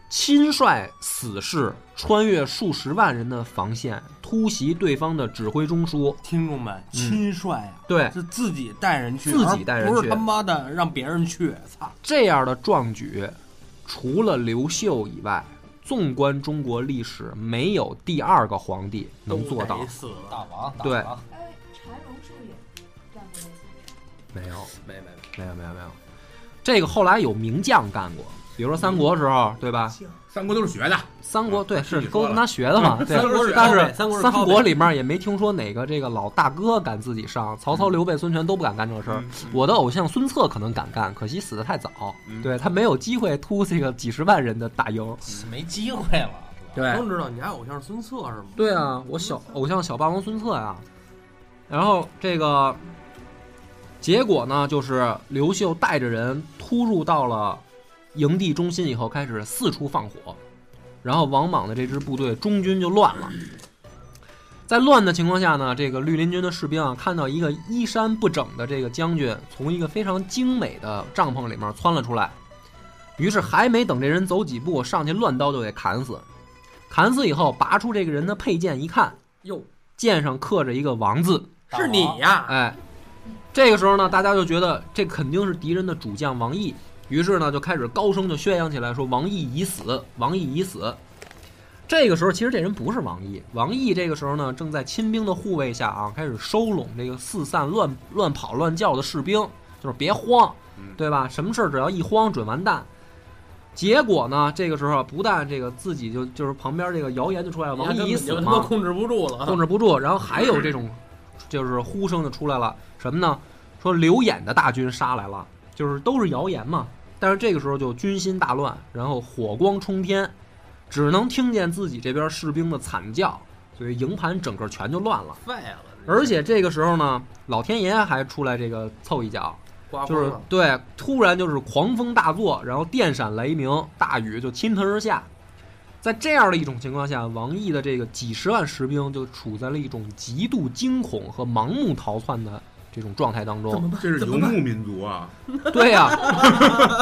[SPEAKER 2] 亲率死士穿越数十万人的防线，突袭对方的指挥中枢，
[SPEAKER 3] 听众们，亲率啊，
[SPEAKER 2] 嗯对
[SPEAKER 3] 是自己带人去，
[SPEAKER 2] 自己带人去
[SPEAKER 3] 而不是他妈的让别人去，操！
[SPEAKER 2] 这样的壮举，除了刘秀以外，纵观中国历史，没有第二个皇帝能做到
[SPEAKER 3] 都得。死了，
[SPEAKER 6] 王，
[SPEAKER 2] 对
[SPEAKER 6] 大王，
[SPEAKER 5] 哎，查荣是不是也干过类似的事？
[SPEAKER 2] 没有，
[SPEAKER 3] 没没没，
[SPEAKER 2] 没有，没有，没有。这个后来有名将干过，比如说三国时
[SPEAKER 3] 嗯
[SPEAKER 2] 候，对吧？
[SPEAKER 4] 三国都是学的，
[SPEAKER 2] 三国对
[SPEAKER 4] 啊
[SPEAKER 2] 是
[SPEAKER 4] 你
[SPEAKER 2] 跟
[SPEAKER 4] 说了
[SPEAKER 2] 跟他学的嘛，对
[SPEAKER 3] 嗯三。国是
[SPEAKER 2] 但
[SPEAKER 3] 靠
[SPEAKER 2] 是
[SPEAKER 3] 北三国是
[SPEAKER 2] 三
[SPEAKER 3] 靠
[SPEAKER 2] 国
[SPEAKER 3] 北
[SPEAKER 2] 里面也没听说哪个这个老大哥敢自己
[SPEAKER 3] 嗯
[SPEAKER 2] 上，曹操、刘备、孙权都不敢干这事儿
[SPEAKER 4] 嗯。
[SPEAKER 2] 我的偶像孙策可能敢干，可惜死得太早，
[SPEAKER 4] 嗯
[SPEAKER 2] 对他没有机会突这个几十万人的大营。
[SPEAKER 6] 没机会了。
[SPEAKER 2] 对
[SPEAKER 3] 都知道你还偶像是孙策是吗？
[SPEAKER 2] 对啊，我小偶像小霸王孙策呀、然后这个结果呢，就是刘秀带着人突入到了营地中心以后，开始四处放火，然后王莽的这支部队中军就乱了。在乱的情况下呢，这个绿林军的士兵啊，看到一个衣衫不整的这个将军从一个非常精美的帐篷里面窜了出来，于是还没等这人走几步，上去乱刀就给砍死。砍死以后，拔出这个人的佩剑一看，
[SPEAKER 3] 哟，
[SPEAKER 2] 剑上刻着一个“王”字，
[SPEAKER 6] 大
[SPEAKER 3] 是
[SPEAKER 6] 王
[SPEAKER 3] 你呀、
[SPEAKER 2] 哎，这个时候呢，大家就觉得这肯定是敌人的主将王毅，于是呢就开始高声就宣扬起来，说王毅已死，王毅已死。这个时候，其实这人不是王毅，王毅这个时候呢正在亲兵的护卫下啊，开始收拢这个四散乱乱跑乱叫的士兵，就是别慌
[SPEAKER 4] 嗯，
[SPEAKER 2] 对吧？什么事儿只要一慌，准完蛋。结果呢，这个时候啊不但这个自己就就是旁边这个谣言就出来了，王毅已死
[SPEAKER 3] 你他
[SPEAKER 2] 嘛
[SPEAKER 3] 妈，控制哎不住了啊，
[SPEAKER 2] 控制不住，然后还有这种就是呼声就出来了，什么呢？说刘演的大军杀来了，就是都是谣言嘛。但是这个时候就军心大乱，然后火光冲天，只能听见自己这边士兵的惨叫，所以营盘整个全就乱了。
[SPEAKER 3] 废了，
[SPEAKER 2] 而且这个时候呢，老天爷还出来这个凑一脚，
[SPEAKER 3] 刮
[SPEAKER 2] 就
[SPEAKER 3] 风
[SPEAKER 2] 是
[SPEAKER 3] 了，
[SPEAKER 2] 对，突然就是狂风大作，然后电闪雷鸣，大雨就倾盆而下。在这样的一种情况下，王毅的这个几十万士兵就处在了一种极度惊恐和盲目逃窜的这种状态当中。
[SPEAKER 4] 这是游牧民族啊，
[SPEAKER 2] 对
[SPEAKER 4] [LAUGHS]
[SPEAKER 2] 呀、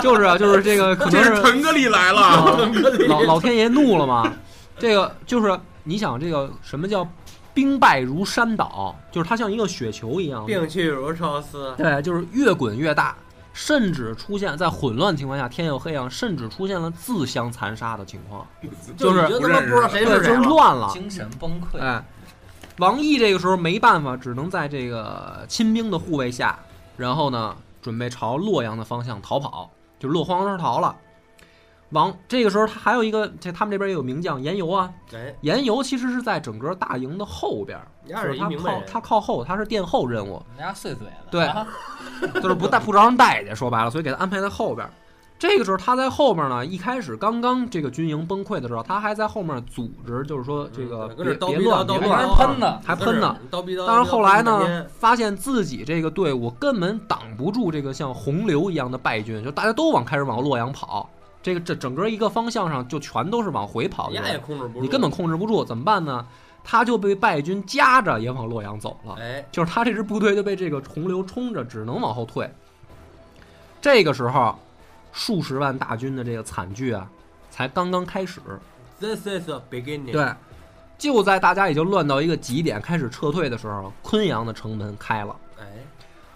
[SPEAKER 2] 就是啊，就是这个可能
[SPEAKER 4] 这是
[SPEAKER 2] 是
[SPEAKER 4] 腾格里来
[SPEAKER 2] 啊 [LAUGHS]
[SPEAKER 4] 了，
[SPEAKER 2] 老老天爷怒了嘛。这个就是你想这个什么叫兵败如山倒，就是它像一个雪球一样，
[SPEAKER 3] 病去如抽丝，
[SPEAKER 2] 对，就是越滚越大，甚至出现在混乱情况下，天又黑暗，甚至出现了自相残杀的情况，就是
[SPEAKER 3] 你就他妈不知道谁
[SPEAKER 2] 对，
[SPEAKER 3] 哎是
[SPEAKER 2] 就
[SPEAKER 3] 谁
[SPEAKER 2] 是
[SPEAKER 3] 了。
[SPEAKER 2] 乱了。
[SPEAKER 6] 精神崩溃，
[SPEAKER 2] 哎，王毅这个时候没办法，只能在这个亲兵的护卫下，然后呢，准备朝洛阳的方向逃跑，就落荒而逃了。王这个时候他还有一个，这他们这边也有名将严尤啊，
[SPEAKER 3] 哎，
[SPEAKER 2] 严尤其实是在整个大营的后边儿，
[SPEAKER 3] 你
[SPEAKER 2] 就
[SPEAKER 3] 二
[SPEAKER 2] 是
[SPEAKER 3] 一
[SPEAKER 2] 他
[SPEAKER 3] 明白
[SPEAKER 2] 靠
[SPEAKER 3] 人，
[SPEAKER 2] 他靠后，他是殿后任务。
[SPEAKER 6] 人家碎嘴子，
[SPEAKER 2] [LAUGHS] 对
[SPEAKER 6] 啊
[SPEAKER 2] 就是不带不招人待见，说白了，所以给他安排在后边儿。这个时候他在后面呢，一开始刚刚这个军营崩溃的时候，他还在后面组织，就是说这个
[SPEAKER 3] 嗯
[SPEAKER 2] 别
[SPEAKER 3] 跟这叨
[SPEAKER 2] 别
[SPEAKER 3] 逼啊
[SPEAKER 2] 乱
[SPEAKER 3] 叨
[SPEAKER 2] 别
[SPEAKER 3] 叨
[SPEAKER 2] 乱，
[SPEAKER 6] 还人喷呢，
[SPEAKER 2] 还喷呢。，
[SPEAKER 3] 叨逼叨。
[SPEAKER 2] 但是后来
[SPEAKER 3] 叨逼叨
[SPEAKER 2] 呢
[SPEAKER 3] 半，
[SPEAKER 2] 发现自己这个队伍根本挡不住这个像洪流一样的败军，就大家都往开始往洛阳跑，这个这整个一个方向上就全都是往回跑
[SPEAKER 3] 天
[SPEAKER 2] 的
[SPEAKER 3] 人家也
[SPEAKER 2] 人，
[SPEAKER 3] 控制不住，
[SPEAKER 2] 你根本控制不住，怎么办呢？他就被败军夹着也往洛阳走了。
[SPEAKER 3] 哎，
[SPEAKER 2] 就是他这支部队就被这个洪流冲着，只能往后退。这个时候，数十万大军的这个惨剧啊，才刚刚开始。
[SPEAKER 3] This is a beginning。，
[SPEAKER 2] 对，就在大家已经乱到一个极点，开始撤退的时候，昆阳的城门开了。
[SPEAKER 3] 哎，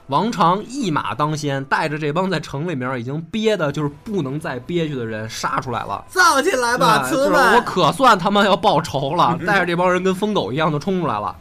[SPEAKER 2] 王常一马当先，带着这帮在城里面已经憋的就是不能再憋屈的人杀出来了。
[SPEAKER 3] 造起来吧，
[SPEAKER 2] 对
[SPEAKER 3] 词
[SPEAKER 2] 就是我
[SPEAKER 3] 们！
[SPEAKER 2] 可算他妈要报仇了，带着这帮人跟疯狗一样就冲出来了。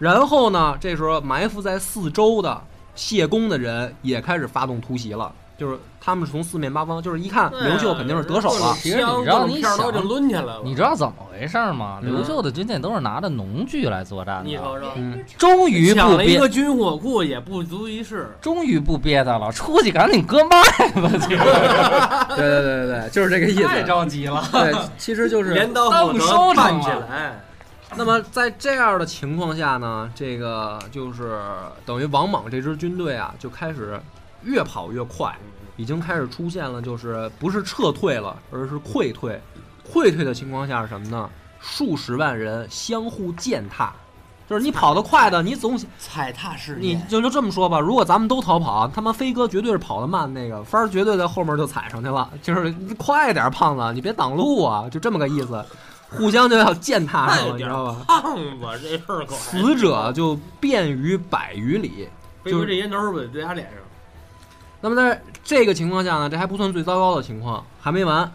[SPEAKER 2] 然后呢，这时候埋伏在四周的谢公的人也开始发动突袭了。就是他们是从四面八方，就是一看
[SPEAKER 3] 啊
[SPEAKER 2] 刘秀肯定是得手了，
[SPEAKER 6] 其实你知道你
[SPEAKER 3] 片刀
[SPEAKER 6] 想
[SPEAKER 3] 就抡起来了，
[SPEAKER 6] 你知道怎么回事吗？
[SPEAKER 2] 嗯
[SPEAKER 6] 刘秀的军舰都是拿着农具来作战
[SPEAKER 3] 你
[SPEAKER 6] 的，
[SPEAKER 3] 瞅瞅，
[SPEAKER 5] 哎
[SPEAKER 2] 嗯
[SPEAKER 6] 终于
[SPEAKER 3] 抢
[SPEAKER 6] 不
[SPEAKER 3] 了一
[SPEAKER 6] 憋，
[SPEAKER 3] 个军火库也不足一事。
[SPEAKER 6] 终于不憋他了，出去赶紧割麦子去！
[SPEAKER 2] [LAUGHS]
[SPEAKER 7] 对对对对对，就是这个意
[SPEAKER 6] 太
[SPEAKER 7] 思。
[SPEAKER 6] 着急了，
[SPEAKER 7] 对，其实就是
[SPEAKER 3] 镰刀
[SPEAKER 6] 当
[SPEAKER 3] 斧
[SPEAKER 6] 收
[SPEAKER 3] 头
[SPEAKER 6] 成
[SPEAKER 3] 拌起
[SPEAKER 6] 了
[SPEAKER 3] 来，
[SPEAKER 2] 那么在这样的情况下呢，这个就是等于王莽这支军队啊，就开始越跑越快，已经开始出现了就是不是撤退了，而是溃退。溃退的情况下是什么呢？数十万人相互践踏，就是你跑得快的，你总
[SPEAKER 3] 踩踏事
[SPEAKER 2] 你
[SPEAKER 3] 件。
[SPEAKER 2] 就就这么说吧，如果咱们都逃跑，他妈飞哥绝对是跑得慢那个，帆儿绝对在后面就踩上去了。就是你快点，胖子，你别挡路啊，就这么个意思，互相就要践踏上了，你知道吧？
[SPEAKER 3] 胖子这事儿可
[SPEAKER 2] 死者就便于百余里。
[SPEAKER 3] 飞哥这烟头是不是得在他脸上？
[SPEAKER 2] 那么在这个情况下呢，这还不算最糟糕的情况，还没完，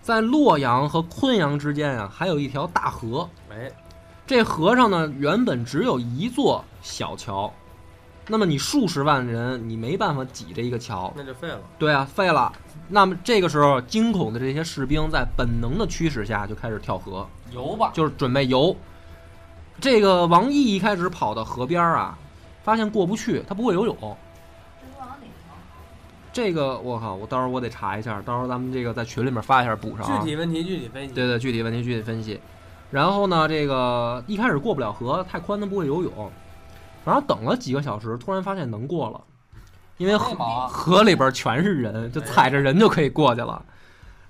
[SPEAKER 2] 在洛阳和昆阳之间啊，还有一条大河。
[SPEAKER 3] 哎，
[SPEAKER 2] 这河上呢，原本只有一座小桥，那么你数十万人，你没办法挤这一个桥，
[SPEAKER 3] 那就废了。
[SPEAKER 2] 对啊，废了。那么这个时候，惊恐的这些士兵在本能的驱使下就开始跳河，
[SPEAKER 6] 游吧，
[SPEAKER 2] 就是准备游。这个王毅一开始跑到河边儿啊，发现过不去，他不会游泳。
[SPEAKER 5] 这都往哪
[SPEAKER 2] 嗯
[SPEAKER 5] 条？
[SPEAKER 2] 这个我靠，我到时候我得查一下，到时候咱们这个在群里面发一下补上、啊。
[SPEAKER 3] 具体问题具体分析。
[SPEAKER 2] 对对，具体问题具体分析。然后呢，这个一开始过不了河，太宽他不会游泳。然后等了几个小时，突然发现能过了，因为河
[SPEAKER 6] 太忙了
[SPEAKER 2] 河里边全是人，就踩着人就可以过去了。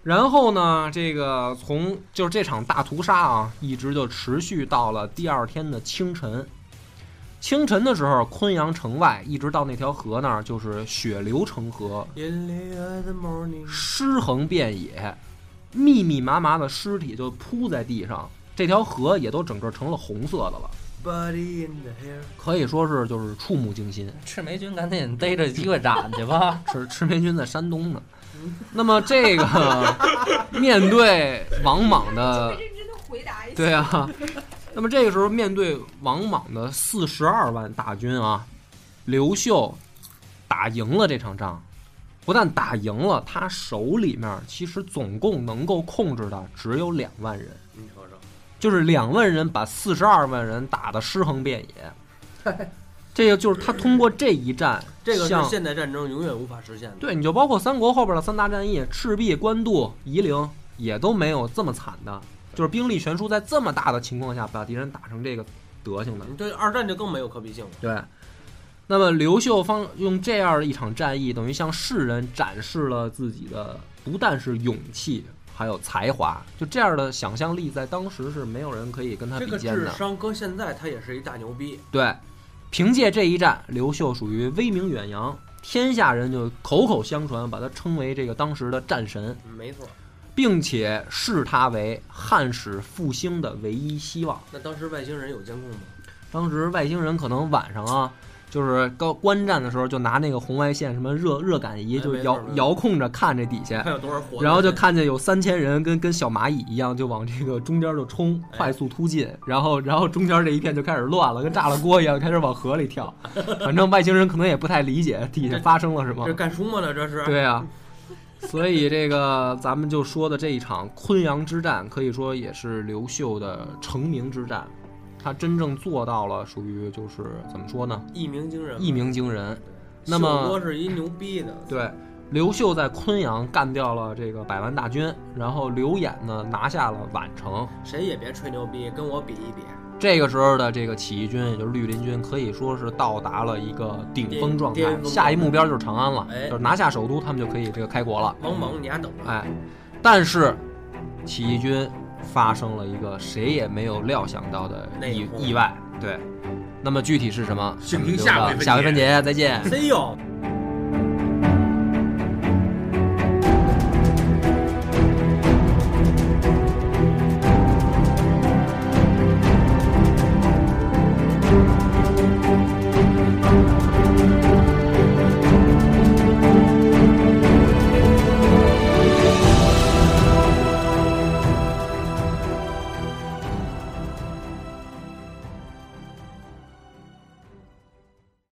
[SPEAKER 2] 然后呢，这个从就是这场大屠杀啊，一直就持续到了第二天的清晨。清晨的时候，昆阳城外一直到那条河那儿，就是血流成河，
[SPEAKER 3] In the morning，
[SPEAKER 2] 尸横遍野，密密麻麻的尸体就铺在地上，这条河也都整个成了红色的了，
[SPEAKER 3] body in the hair。
[SPEAKER 2] 可以说是就是触目惊心。！
[SPEAKER 6] 赤眉军赶紧逮着机会斩去吧
[SPEAKER 2] 是赤眉军在山东呢，那么这个面对王莽的
[SPEAKER 5] 认哎真的回答一下。
[SPEAKER 2] 对啊，那么这个时候面对王莽的四十二万大军啊，刘秀打赢了这场仗，不但打赢了，他手里面其实总共能够控制的只有两万人，
[SPEAKER 3] 你瞅瞅，
[SPEAKER 2] 就是两万人把四十二万人打得尸横遍野。
[SPEAKER 3] [LAUGHS]
[SPEAKER 2] 这个就是他通过这一战，
[SPEAKER 3] 这个
[SPEAKER 2] 向
[SPEAKER 3] 是现代战争永远无法实现的。
[SPEAKER 2] 对，你就包括三国后边的三大战役，赤壁、官渡、夷陵，也都没有这么惨的，就是兵力悬殊在这么大的情况下，把敌人打成这个德行的。
[SPEAKER 3] 你对二战就更没有可比性了。
[SPEAKER 2] 对，那么刘秀方用这样一场战役，等于向世人展示了自己的不但是勇气，还有才华，就这样的想象力在当时是没有人可以跟他
[SPEAKER 3] 这
[SPEAKER 2] 比
[SPEAKER 3] 个
[SPEAKER 2] 肩
[SPEAKER 3] 智
[SPEAKER 2] 的。
[SPEAKER 3] 商搁现在他也是一大牛逼，
[SPEAKER 2] 对，凭借这一战，刘秀属于威名远扬，天下人就口口相传，把他称为这个当时的战神。
[SPEAKER 3] 没错。
[SPEAKER 2] 并且视他为汉室复兴的唯一希望。
[SPEAKER 3] 那当时外星人有监 [LAUGHS] 控吗？
[SPEAKER 2] 当时外星人可能晚上啊，就是高观战的时候，就拿那个红外线什么热热感仪，
[SPEAKER 3] 哎
[SPEAKER 2] 就
[SPEAKER 3] 没错
[SPEAKER 2] 遥
[SPEAKER 3] 没错
[SPEAKER 2] 遥控着看这底下
[SPEAKER 3] 看，有多少火的人？
[SPEAKER 2] 然后就看见有三千人跟跟小蚂蚁一样，就往这个中间就冲，
[SPEAKER 3] 哎
[SPEAKER 2] 快速突进，然后然后中间这一片就开始乱了，跟炸了锅一样，开始往河里
[SPEAKER 3] [LAUGHS]
[SPEAKER 2] 跳。反正外星人可能也不太理解底下发生了什么
[SPEAKER 3] 这，干什么呢？这是
[SPEAKER 2] 对啊，所以这个咱们就说的这一场昆阳之战，可以说也是刘秀的成名之战，他真正做到了属于就是怎么说呢，
[SPEAKER 3] 一鸣惊人。
[SPEAKER 2] 一鸣惊人。那么
[SPEAKER 3] 秀波是一牛逼的，
[SPEAKER 2] 对，刘秀在昆阳干掉了这个百万大军，然后刘演呢拿下了宛城。
[SPEAKER 3] 谁也别吹牛逼，跟我比一比。
[SPEAKER 2] 这个时候的这个起义军，也就是绿林军，可以说是到达了一个顶峰状态
[SPEAKER 3] 巅巅峰，状态
[SPEAKER 2] 下一目标就是长安了，
[SPEAKER 3] 哎
[SPEAKER 2] 就是拿下首都，他们就可以这个开国了。
[SPEAKER 3] 王莽，你还
[SPEAKER 2] [LAUGHS]
[SPEAKER 3] 等着？
[SPEAKER 2] 哎，但是起义军发生了一个谁也没有料想到的意
[SPEAKER 3] 内讧
[SPEAKER 2] 意外，对。那么具体是什么？
[SPEAKER 4] 请
[SPEAKER 2] 我们留
[SPEAKER 4] 听下
[SPEAKER 2] 到
[SPEAKER 4] 回分
[SPEAKER 2] 下回
[SPEAKER 4] 解
[SPEAKER 2] 分解，再见。
[SPEAKER 3] ，C 哟。